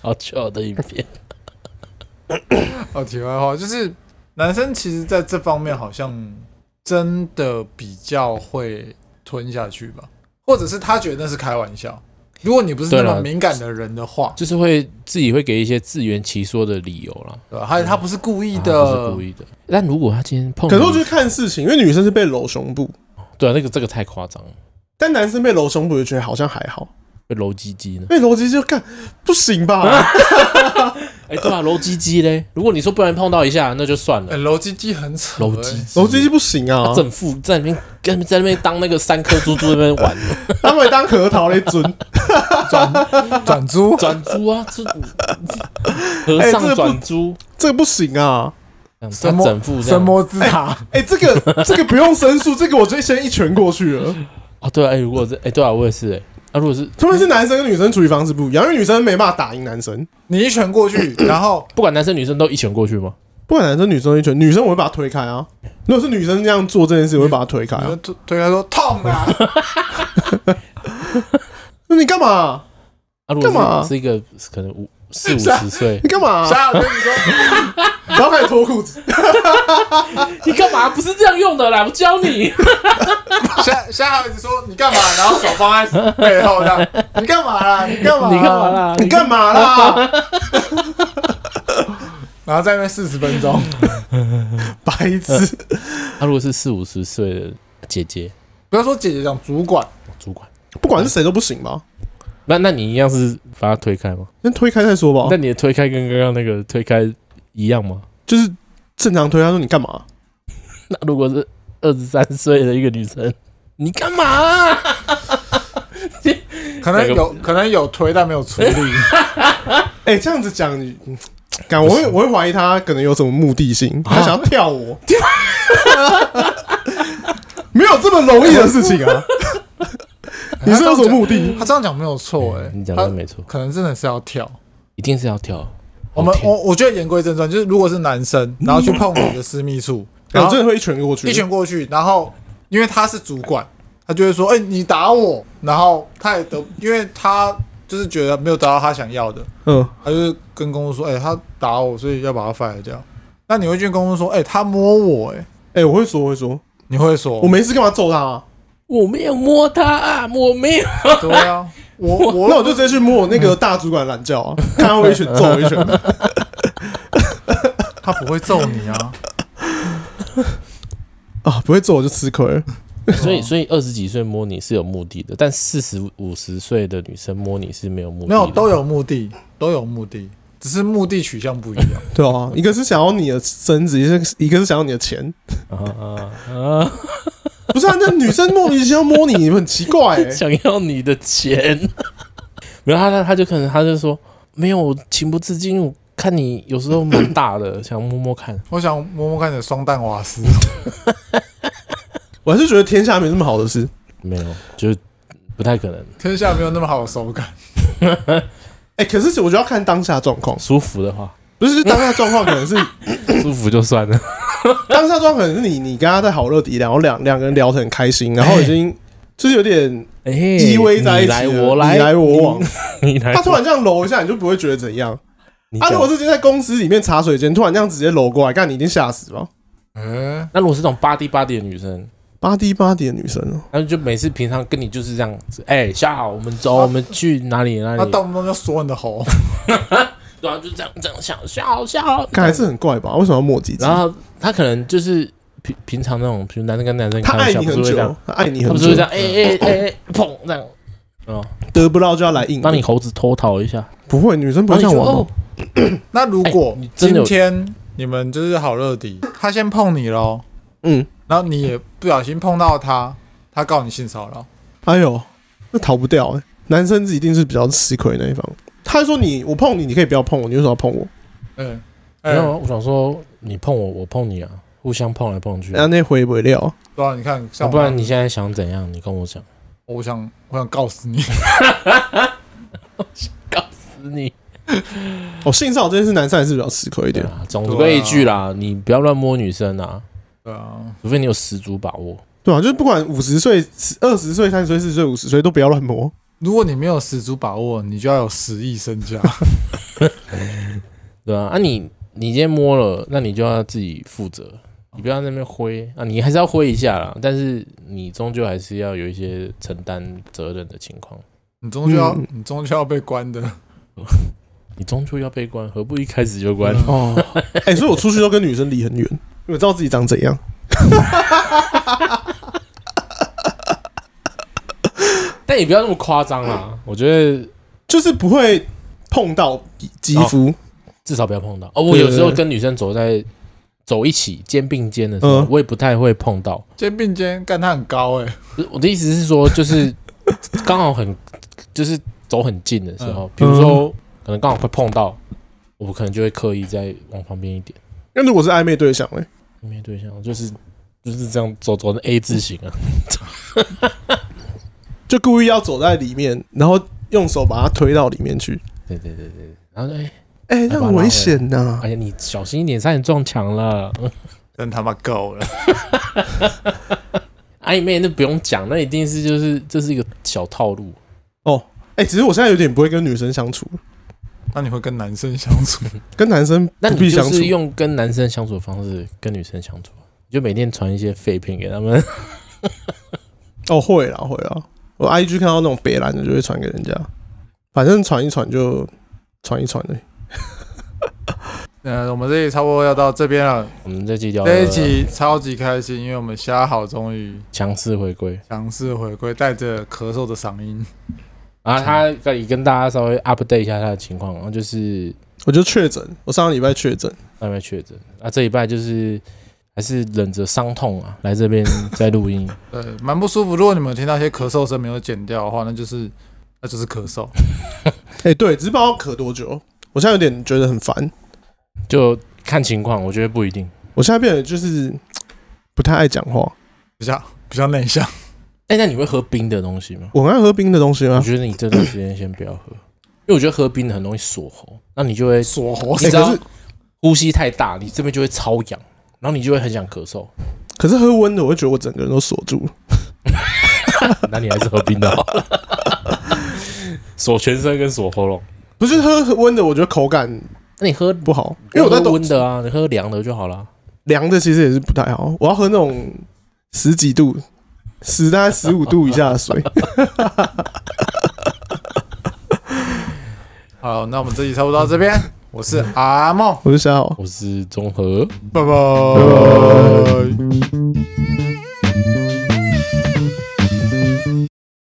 [SPEAKER 1] 好糗的影片。
[SPEAKER 2] 哦，题外话就是，男生其实在这方面好像真的比较会吞下去吧，或者是他觉得那是开玩笑。如果你不是那
[SPEAKER 1] 对
[SPEAKER 2] 么
[SPEAKER 1] 啦
[SPEAKER 2] 敏感的人的话，
[SPEAKER 1] 就是会自己会给一些自圆其说的理由啦，
[SPEAKER 2] 对吧？还有他不是故意
[SPEAKER 1] 啊不
[SPEAKER 2] 的，
[SPEAKER 1] 是故意的。但如果他今天碰你，
[SPEAKER 3] 可是我觉得看事情，因为女生是被揉胸部，
[SPEAKER 1] 对啊，那个这个太夸张了，
[SPEAKER 3] 但男生被揉胸部，我就觉得好像还好，
[SPEAKER 1] 会揉鸡鸡呢？
[SPEAKER 3] 被揉鸡就干不行吧？
[SPEAKER 1] 哎、对啊，揉鸡鸡嘞。如果你说不然碰到一下，那就算
[SPEAKER 2] 哎
[SPEAKER 1] 了。
[SPEAKER 2] 揉鸡鸡很扯、
[SPEAKER 1] 揉
[SPEAKER 2] 欸
[SPEAKER 1] 鸡鸡，
[SPEAKER 3] 揉鸡就不行啊
[SPEAKER 1] 他，正负在那边跟在那边当那个三颗珠珠在那边玩
[SPEAKER 3] 他们当核桃来尊，
[SPEAKER 2] 转转租，
[SPEAKER 1] 转珠啊，这和
[SPEAKER 3] 哎这个
[SPEAKER 1] 尚
[SPEAKER 3] 哎不
[SPEAKER 1] 转珠，
[SPEAKER 3] 这个不行啊。
[SPEAKER 1] 这样
[SPEAKER 2] 什
[SPEAKER 1] 他
[SPEAKER 2] 么
[SPEAKER 1] 整副这
[SPEAKER 2] 神
[SPEAKER 1] 样。
[SPEAKER 2] 魔
[SPEAKER 1] (laughs)
[SPEAKER 2] 之塔，
[SPEAKER 3] 哎、这个这个不用申诉，这个我就先一拳过去了。
[SPEAKER 1] 啊，对啊，哎、如果这哎、对啊，我也是哎、那、如果是
[SPEAKER 3] 特别是男生跟女生处理方式不一样，因为女生没办法打赢男生，
[SPEAKER 2] 你一拳过去，然后
[SPEAKER 1] 不管男生女生都一拳过去吗？
[SPEAKER 3] 不管男生女生一拳，女生我会把她推开啊。如果是女生这样做这件事，我会把她推开
[SPEAKER 1] 哎
[SPEAKER 2] 你就
[SPEAKER 3] 啊。
[SPEAKER 2] 推推开说痛啊，
[SPEAKER 3] 那你干嘛？
[SPEAKER 1] 啊，如果
[SPEAKER 3] 干嘛
[SPEAKER 1] 是是一个可能五四五十岁，
[SPEAKER 3] 你干嘛？
[SPEAKER 2] 傻，我跟你说，
[SPEAKER 3] 然后开始脱裤子，
[SPEAKER 1] (laughs) 你干嘛？不是这样用的啦，我教 (laughs) 你。
[SPEAKER 2] 瞎瞎孩子说你干嘛？然后手放在背后这样，你干嘛啦？你干嘛？
[SPEAKER 1] 你干嘛？啦？
[SPEAKER 3] 你干嘛啦？
[SPEAKER 2] 然后在那边四十
[SPEAKER 1] (laughs)
[SPEAKER 2] 分钟，
[SPEAKER 3] 白痴！
[SPEAKER 2] 呃
[SPEAKER 1] 啊，如果是四五十岁的姐姐
[SPEAKER 2] 不要说姐姐讲主管，
[SPEAKER 1] 主管，
[SPEAKER 3] 不管是谁都不行吧？
[SPEAKER 1] 那那你一样是把她推开吗？
[SPEAKER 3] 先推开再说吧
[SPEAKER 1] 那。你的推开跟刚刚那个推开一样吗？
[SPEAKER 3] 就是正常推开，说你干嘛？
[SPEAKER 1] 那如果是二十三岁的一个女生，你干嘛啊、
[SPEAKER 2] (laughs) 可能有可能有推，但没
[SPEAKER 1] (laughs)
[SPEAKER 2] 有处理。
[SPEAKER 3] 哎、这样子讲，你嗯干我会我会怀疑他可能有什么目的性，
[SPEAKER 2] 啊
[SPEAKER 3] 他想要跳我。没有这么容易的事情啊！你是有什么目的？
[SPEAKER 2] 他这样讲没有错，哎，
[SPEAKER 1] 你讲
[SPEAKER 2] 他
[SPEAKER 1] 的没错，
[SPEAKER 2] 可能真的是要跳。
[SPEAKER 1] 一定是要跳。
[SPEAKER 2] 我们
[SPEAKER 1] 好听
[SPEAKER 2] 我我觉得言归正传，就是如果是
[SPEAKER 1] (laughs)
[SPEAKER 2] 男生，然后去碰你的私密处，
[SPEAKER 1] 嗯
[SPEAKER 2] 然
[SPEAKER 3] 哎
[SPEAKER 1] 哦
[SPEAKER 2] 后
[SPEAKER 3] 我真的会一拳过去，
[SPEAKER 2] 一拳过去，然后因为他是主管，他就会说：“哎，你打我。”然后他也得，因为他就是觉得没有得到他想要的，
[SPEAKER 3] 嗯，
[SPEAKER 2] 他就是跟公司说：“哎，他打我，所以要把他 fire 掉。”那你会去跟公司说：“哎，他摸我。”哎，
[SPEAKER 3] 哎、我会说，我会说，
[SPEAKER 2] 你会说
[SPEAKER 3] 我没事干嘛揍他、啊？
[SPEAKER 1] 我没有摸她、啊，我没有。
[SPEAKER 2] 对啊，我
[SPEAKER 1] 哦
[SPEAKER 2] 我
[SPEAKER 3] 那我就直接去摸我那个大主管懒
[SPEAKER 1] (laughs)
[SPEAKER 3] 觉啊，看他会一拳揍我一拳。 (laughs)
[SPEAKER 2] 他不会揍你啊。
[SPEAKER 3] 啊，不会揍我就吃亏了。
[SPEAKER 1] 所以，所以二十几岁摸你是有目的的，但四十五十岁的女生摸你是没有目的
[SPEAKER 2] 没
[SPEAKER 1] 的。
[SPEAKER 2] 有，都有目的，都有目的，只是目的取向不一
[SPEAKER 1] (laughs)
[SPEAKER 2] 样。
[SPEAKER 3] 对啊，一个是想要你的身子，一个是一个是想要你的钱。
[SPEAKER 1] 啊啊啊！
[SPEAKER 3] 不是啊，那女生莫名其妙摸你，你很奇怪、欸。
[SPEAKER 1] (laughs) 想要你的钱， (laughs) 没有他，他他就可能他就说没有，我情不自禁，我看你有时候蛮大的， (coughs) 想摸摸看。
[SPEAKER 2] 我想摸摸看你的双蛋瓦斯，
[SPEAKER 3] 我还是觉得天下没这么好的事。
[SPEAKER 1] 没有，就是不太可能。
[SPEAKER 2] 天下没有那么好的
[SPEAKER 1] (laughs)
[SPEAKER 2] 手感。
[SPEAKER 3] 哎、可是我就要看当下状况，
[SPEAKER 1] 舒服的话，
[SPEAKER 3] 不是就当下状况可能
[SPEAKER 1] (laughs)
[SPEAKER 3] 是
[SPEAKER 1] (coughs) 舒服就算了。
[SPEAKER 3] 当下状况可能是你你跟他在好乐迪，然后两两个人聊得很开心，然后已经就是有点
[SPEAKER 1] 哎嘿
[SPEAKER 3] 依偎在
[SPEAKER 1] 你
[SPEAKER 3] 一起了，
[SPEAKER 1] 来我来
[SPEAKER 3] 你来我往。
[SPEAKER 1] (laughs) 你你来
[SPEAKER 3] 他突
[SPEAKER 1] 我
[SPEAKER 3] 然这样揉一下，你就不会觉得怎样。
[SPEAKER 1] 你
[SPEAKER 3] 他、
[SPEAKER 1] 讲
[SPEAKER 3] 啊如果是今天在公司里面茶水间，突然这样直接揉过来，干你一定吓死吧？
[SPEAKER 1] 哎
[SPEAKER 2] 嗯，
[SPEAKER 1] 那如果是那种巴蒂巴蒂的女生，
[SPEAKER 3] 八 D 八 D 的女生哦、
[SPEAKER 1] 然后就每次平常跟你就是这样子，哎、下好，我们
[SPEAKER 3] 啊
[SPEAKER 1] 走，我们去哪里哪
[SPEAKER 2] 他
[SPEAKER 1] 里，
[SPEAKER 2] 动不动就锁你的
[SPEAKER 1] (laughs)
[SPEAKER 2] 喉，
[SPEAKER 1] 然后就这样这样想，下好下好，
[SPEAKER 3] 看还是很怪吧？为什么要磨叽叽？
[SPEAKER 1] 然后他可能就是平平常那种，比如男生跟男生
[SPEAKER 3] 他
[SPEAKER 1] 开玩
[SPEAKER 3] 爱
[SPEAKER 1] 笑，
[SPEAKER 3] 你
[SPEAKER 1] 不是
[SPEAKER 3] 很
[SPEAKER 1] 会这
[SPEAKER 3] 久
[SPEAKER 1] 样，，
[SPEAKER 3] 他爱你
[SPEAKER 1] 他
[SPEAKER 3] 很
[SPEAKER 1] 不是
[SPEAKER 3] 久
[SPEAKER 1] 会这，样，哎哎哎哎，砰这样，哦，
[SPEAKER 3] 得不到就要来硬的。
[SPEAKER 1] 帮你猴子偷逃一下，
[SPEAKER 3] 不会，女生不
[SPEAKER 1] 然
[SPEAKER 3] 会
[SPEAKER 1] 后你
[SPEAKER 3] 像我
[SPEAKER 1] 就
[SPEAKER 3] 吧
[SPEAKER 1] 哦，，
[SPEAKER 2] 那如果
[SPEAKER 1] 哎你真
[SPEAKER 2] 今
[SPEAKER 1] 的有
[SPEAKER 2] 天你们就是好乐迪，他先碰你喽，
[SPEAKER 3] 嗯，
[SPEAKER 2] 然后你也不小心碰到他，他告你性骚扰，
[SPEAKER 3] 哎呦，那逃不掉哎、男生一定是比较吃亏的那一方。他还说你，我碰你，你可以不要碰我，你为什么要碰我？
[SPEAKER 2] 嗯，
[SPEAKER 1] 没
[SPEAKER 2] 哎，
[SPEAKER 1] 有啊，我想说你碰我，我碰你啊，互相碰来碰去
[SPEAKER 3] 人，家那回不了，
[SPEAKER 2] 对啊，你看，
[SPEAKER 1] 要
[SPEAKER 2] 像
[SPEAKER 1] 哦不然
[SPEAKER 2] 你，
[SPEAKER 1] 你现在想怎样？你跟我讲，
[SPEAKER 2] 我想，我想告死你， (laughs)
[SPEAKER 1] 死你！
[SPEAKER 3] 哦，性骚扰这件事，男生还是比较吃亏一
[SPEAKER 1] 对
[SPEAKER 3] 点。
[SPEAKER 1] 啊，总归一句啦，你不要乱摸女生啊，
[SPEAKER 2] 对啊，
[SPEAKER 1] 除非你有十足把握。
[SPEAKER 3] 对啊，就是不管五十岁、二十岁、三十岁、四十岁、五十岁，都不要乱摸。
[SPEAKER 2] 如果你没有十足把握，你就要有十亿身家，
[SPEAKER 1] 对啊，啊你你今天摸了，那你就要自己负责，你不要在那边挥啊，你还是要挥一下啦，但是你终究还是要有一些承担责任的情况，
[SPEAKER 2] 你终究要，
[SPEAKER 3] 嗯
[SPEAKER 2] 你终究要被关的。
[SPEAKER 1] 你终究要被关，何不一开始就关？
[SPEAKER 3] 哦，
[SPEAKER 2] (laughs)
[SPEAKER 3] 哎、所以我出去都跟女生离很远，因为我知道自己长怎样。
[SPEAKER 1] 但也不要那么夸张
[SPEAKER 3] 嗯
[SPEAKER 1] 啦，我觉得
[SPEAKER 3] 就是不会碰到肌肤。
[SPEAKER 1] 哦至少不要碰到。哦，我有时
[SPEAKER 3] 对对
[SPEAKER 1] 候
[SPEAKER 3] 对
[SPEAKER 1] 跟女生走在走一起肩并肩的时候
[SPEAKER 3] 嗯，
[SPEAKER 1] 我也不太会碰到。
[SPEAKER 2] 肩并肩，干他很高哎、
[SPEAKER 1] 不是我的意思是说，就是
[SPEAKER 3] (laughs)
[SPEAKER 1] 刚好很就是走很近的时
[SPEAKER 3] 嗯
[SPEAKER 1] 候，比如说可能刚好会碰到，我可能就会刻意再往旁边一点。
[SPEAKER 3] 那、如果是暧昧对象嘞，
[SPEAKER 1] 暧昧对象就是就是这样走走的 A 字形啊，
[SPEAKER 3] 就故意要走在里面，然后用手把它推到里面去。
[SPEAKER 1] 对对对对，然后就哎、
[SPEAKER 3] 哎、那很危险呐、
[SPEAKER 1] 哎呀，你小心一点，差点撞墙了。
[SPEAKER 2] 真他妈够了。
[SPEAKER 1] 暧昧哎那不用讲，那一定是就是这是一个小套路。
[SPEAKER 3] 哦，哎、只是我现在有点不会跟女生相处，
[SPEAKER 2] (laughs) 那你会跟男生相 (laughs) 处？
[SPEAKER 3] 跟男生
[SPEAKER 1] 那
[SPEAKER 3] 不
[SPEAKER 1] 你
[SPEAKER 3] 必
[SPEAKER 1] 就
[SPEAKER 3] 相处
[SPEAKER 1] 是。用跟男生相处的方式跟女生相处啊，你就每天传一些废片给他们。 (laughs)
[SPEAKER 3] 哦，会啦，会啦。我 IG 看到那种北蓝的就会传给人家，反正传一传就传一传的。
[SPEAKER 2] 呃，我们这里差不多要到这边了，
[SPEAKER 1] 我们这期聊
[SPEAKER 2] 这一
[SPEAKER 1] 了
[SPEAKER 2] 集超级开心，因为我们虾好终于
[SPEAKER 1] 强势回归。
[SPEAKER 2] 强势回归，带着咳嗽的嗓音，
[SPEAKER 1] 然后啊他可以跟大家稍微 update 一下他的情况，然后就是
[SPEAKER 3] 我就确诊，我上个礼拜确诊，
[SPEAKER 1] 外面确诊，啊，这礼拜就是还是忍着伤痛啊，来这边再录音， (laughs)
[SPEAKER 2] 对，蛮不舒服。如果你们有听到一些咳嗽声没有剪掉的话，那就是那就是咳嗽。
[SPEAKER 3] 哎、对，只是不知道咳多久。我现在有点觉得很烦，
[SPEAKER 1] 就看情况，我觉得不一定。
[SPEAKER 3] 我现在变得就是不太爱讲话。
[SPEAKER 2] 比较比较内向，
[SPEAKER 1] 哎、那你会喝冰的东西吗？
[SPEAKER 3] 我很爱喝冰的东西
[SPEAKER 1] 我
[SPEAKER 3] 吗？
[SPEAKER 1] 觉得你这段时间先不要喝，因为我觉得喝冰的很容易锁喉，那你就会
[SPEAKER 2] 锁喉
[SPEAKER 1] 你知
[SPEAKER 3] 哎、可
[SPEAKER 1] 道
[SPEAKER 3] 是
[SPEAKER 1] 呼吸太大，你这边就会超痒，然后你就会很想咳嗽，
[SPEAKER 3] 可是喝温的，我会觉得我整个人都锁住了。
[SPEAKER 1] 那你还是喝冰的好，锁全身跟锁喉咙。
[SPEAKER 3] 不是喝喝温的，我觉得口感
[SPEAKER 1] 那你喝，
[SPEAKER 3] 不好，因为我在
[SPEAKER 1] 喝
[SPEAKER 3] 冬
[SPEAKER 1] 温的啊，你喝凉的就好了。
[SPEAKER 3] 凉的其实也是不太好。我要喝那种十几度、十大概十五度以下的水。
[SPEAKER 2] 好，那我们这集 (laughs) 差不多到这边，我是阿梦，
[SPEAKER 3] 我是小好，
[SPEAKER 1] 我是综合。
[SPEAKER 2] 拜拜。